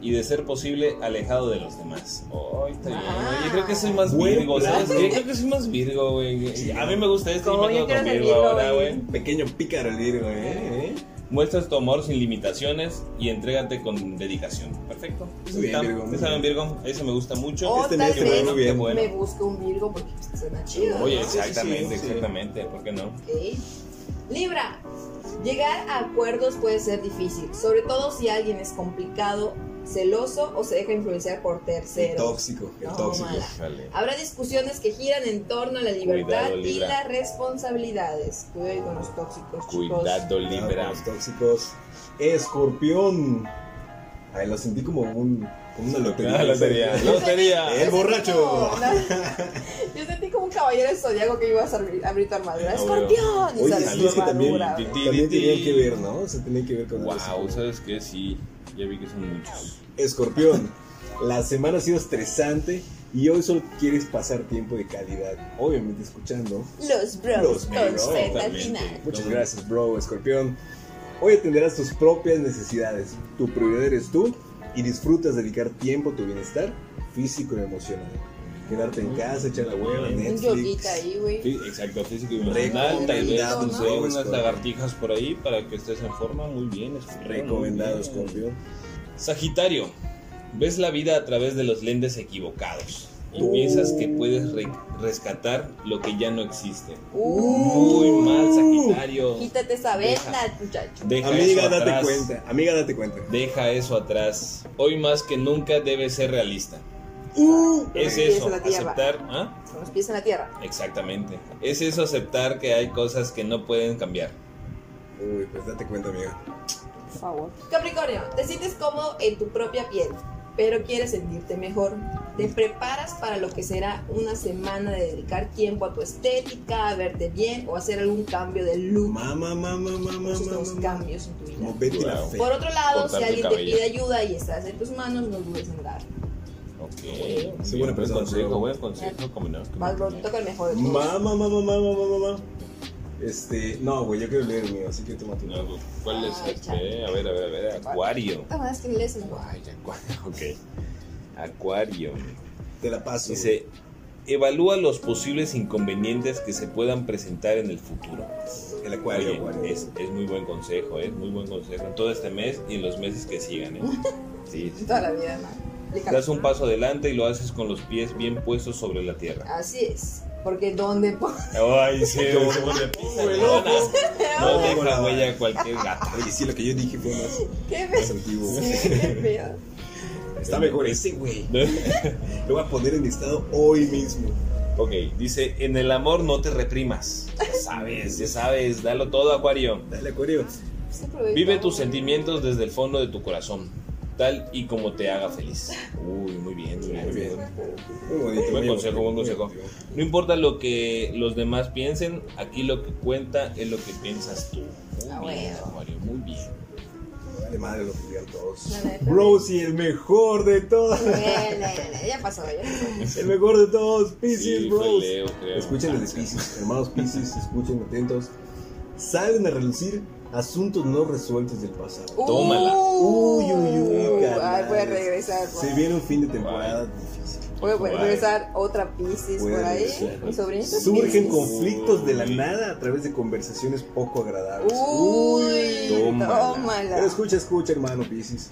y de ser posible alejado de los demás. Ay, está bien. güey. Yo creo que soy más Buen Virgo, plan, ¿eh? ¿sabes? güey. Yo creo que soy más Virgo, güey. A mí me gusta esto y Como me yo quedo quiero con ser Virgo Virgo, ahora, güey. güey. Pequeño pícaro el Virgo, ¿eh? Muestras tu amor sin limitaciones y entrégate con dedicación. Perfecto. Muy bien, Virgo, muy ¿Ustedes saben, Virgo? Eso me gusta mucho. O Este tal mes qué bueno, vez muy bien. qué bueno. me busco un Virgo porque suena chido. Oye, ¿no? Sí, sí, sí, exactamente, sí. exactamente, ¿por qué no? Ok. Libra, llegar a acuerdos puede ser difícil, sobre todo si alguien es complicado, celoso o se deja influenciar por El terceros. tóxico, el No, tóxico. mala. Híjole. Ah, Habrá discusiones que giran en torno a la libertad Cuidado, y Libra. las responsabilidades. Cuidado con los tóxicos, pues, chicos. Cuidado, Cuidado con Libra. Los tóxicos. Escorpión. Ay, lo sentí como un como una lotería. Ah, lotería, Yo sentí- lotería. yo El sentí borracho. como una- yo sentí como un caballero del zodiaco que iba a abrir, abrir tu armadura. Ah, ¡Escorpión! Y Oye, sale sí, su es que también- armadura, güey. Ti, También ti, ti. tenían que ver, ¿no? O sea, tenían que ver con Wow, otros. ¿sabes qué? Sí, ya vi que son muchos. Escorpión. La semana ha sido estresante y hoy solo quieres pasar tiempo de calidad. Obviamente escuchando. Los bros Los con bros, Z al también, final. sí. Muchas ¿Cómo? gracias, bro, escorpión. Hoy atenderás tus propias necesidades. Tu prioridad eres tú y disfrutas dedicar tiempo a tu bienestar físico y emocional. Quedarte en casa, echar la hueva, Un Netflix. yoguita ahí, güey. Sí, exacto, físico y Recomendado, emocional. Tal vez ¿no? no sé, unas Escorpio. lagartijas por ahí para que estés en forma. Muy bien, Escorpio, muy Recomendado, bien. escorpión. Sagitario, ves la vida a través de los lentes equivocados y piensas que puedes re- rescatar lo que ya no existe. Muy Uy, mal, Sagitario. Quítate esa venda, muchacho. Deja Amiga, eso date atrás. cuenta. Amiga, date cuenta. Deja eso atrás. Hoy más que nunca debes ser realista. Uh, Es Empieza eso, la tierra. aceptar. ¿ah? Con los pies en la tierra. Exactamente. Es eso, aceptar que hay cosas que no pueden cambiar. Uy, pues date cuenta, amiga. Por favor. Capricornio, te sientes cómodo en tu propia piel, pero quieres sentirte mejor. Te preparas para lo que será una semana de dedicar tiempo a tu estética, a verte bien o hacer algún cambio de Uh. look. Mamá, mamá, mamá, Muchos de los mamá. cambios en tu vida. Como Betty la Wow. fe. Por otro lado, Cortar si tu alguien te cabello. pide ayuda y estás en tus manos, no dudes en dar. Ok. Soy buena Buen persona, consejo, pero- buen consejo. Como no. como Vas, no. bro, te toca el mejor de todos. Mamá, mamá, mamá, mamá, mamá. Este, no, güey, yo quiero leer el mío, así que toma tu No, pues, ¿Cuál es Ay, este? A ver, a ver, a ver. Acuario. Ah, es que lees el guay. Ay, acuario. Ok. Acuario. Te la paso. güey. Dice, evalúa los posibles inconvenientes que se puedan presentar en el futuro. el acuario, Oye, acuario. Es, es muy buen consejo, ¿eh? es muy buen consejo. En todo este mes y en los meses que sigan, ¿eh? Sí, sí. Toda la vida, ¿no? Aplícalo. Das un paso adelante y lo haces con los pies bien puestos sobre la tierra. Así es. Porque donde po- Ay, sí, Como- cómo le pisa, Uy, no, loco. No Ay, deja no. huella a cualquier gato. Oye, sí, lo que yo dije fue más, ¿Qué más ves? antiguo. güey. Sí, qué feo. Está mejor ese, güey. Lo voy a poner en estado hoy mismo. Ok, dice, en el amor no te reprimas. Ya sabes, ya sabes, dalo todo, Acuario. Dale, acuario. Siempre voy Vive con- tus sentimientos desde el fondo de tu corazón. tal y como te haga feliz. Uy, muy bien, muy bien. Muy bien. Muy bonito. Buen muy consejo, buen bonito, consejo. muy bonito. No importa lo que los demás piensen, aquí lo que cuenta es lo que piensas tú. Ah, Muy bien, bueno. Mario, muy bien. Vale madre lo que digan todos. La neta. Brosy, el mejor de todos. Eh, la, la, la, Ya pasó, ya pasó. El mejor de todos, Pisces Sí, fue Bros. Leo, creo. Escuchen el de Pisces, hermanos Pisces, escuchen atentos. Salen a relucir asuntos no resueltos del pasado. Tómala. Uy, uy, uy, Uh, Ay, carnal. voy a regresar. Se guau. viene un fin de temporada difícil. Voy a voy a Guay. regresar otra Pisces Voy a por ahí. regresar. Mi sobrinito. es Surgen Piscis. conflictos de la Uy. nada a través de conversaciones poco agradables. Uy, Tómala. tómala. Pero escucha, escucha, hermano Pisces.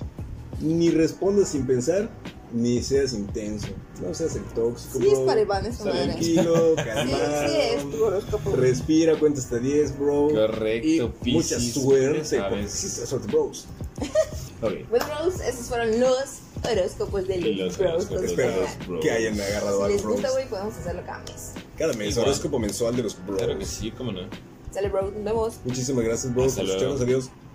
Ni respondas sin pensar, ni seas intenso. No seas el tóxico. Sí, es bro. para Iván esta madre. Sí, Tranquilo, sí, calmado. es tu horóscopo. Respira, cuenta hasta 10, bro. Correcto, Y mucha Piscis, ya suerte. sabes. con- sí, suerte, bros. Ok. Bueno, Rose, esos fueron los horóscopos de Y los los Bros. horóscopos con de Espero Susana. bros. que hayan agarrado Si les algo, bros. gusta, güey, podemos hacerlo cada mes. Cada mes, Igual. horóscopo mensual de los bros. Claro que sí, cómo no. Sale, bro, nos vemos. Muchísimas gracias, bros. Hasta Nos escuchamos, luego. adiós.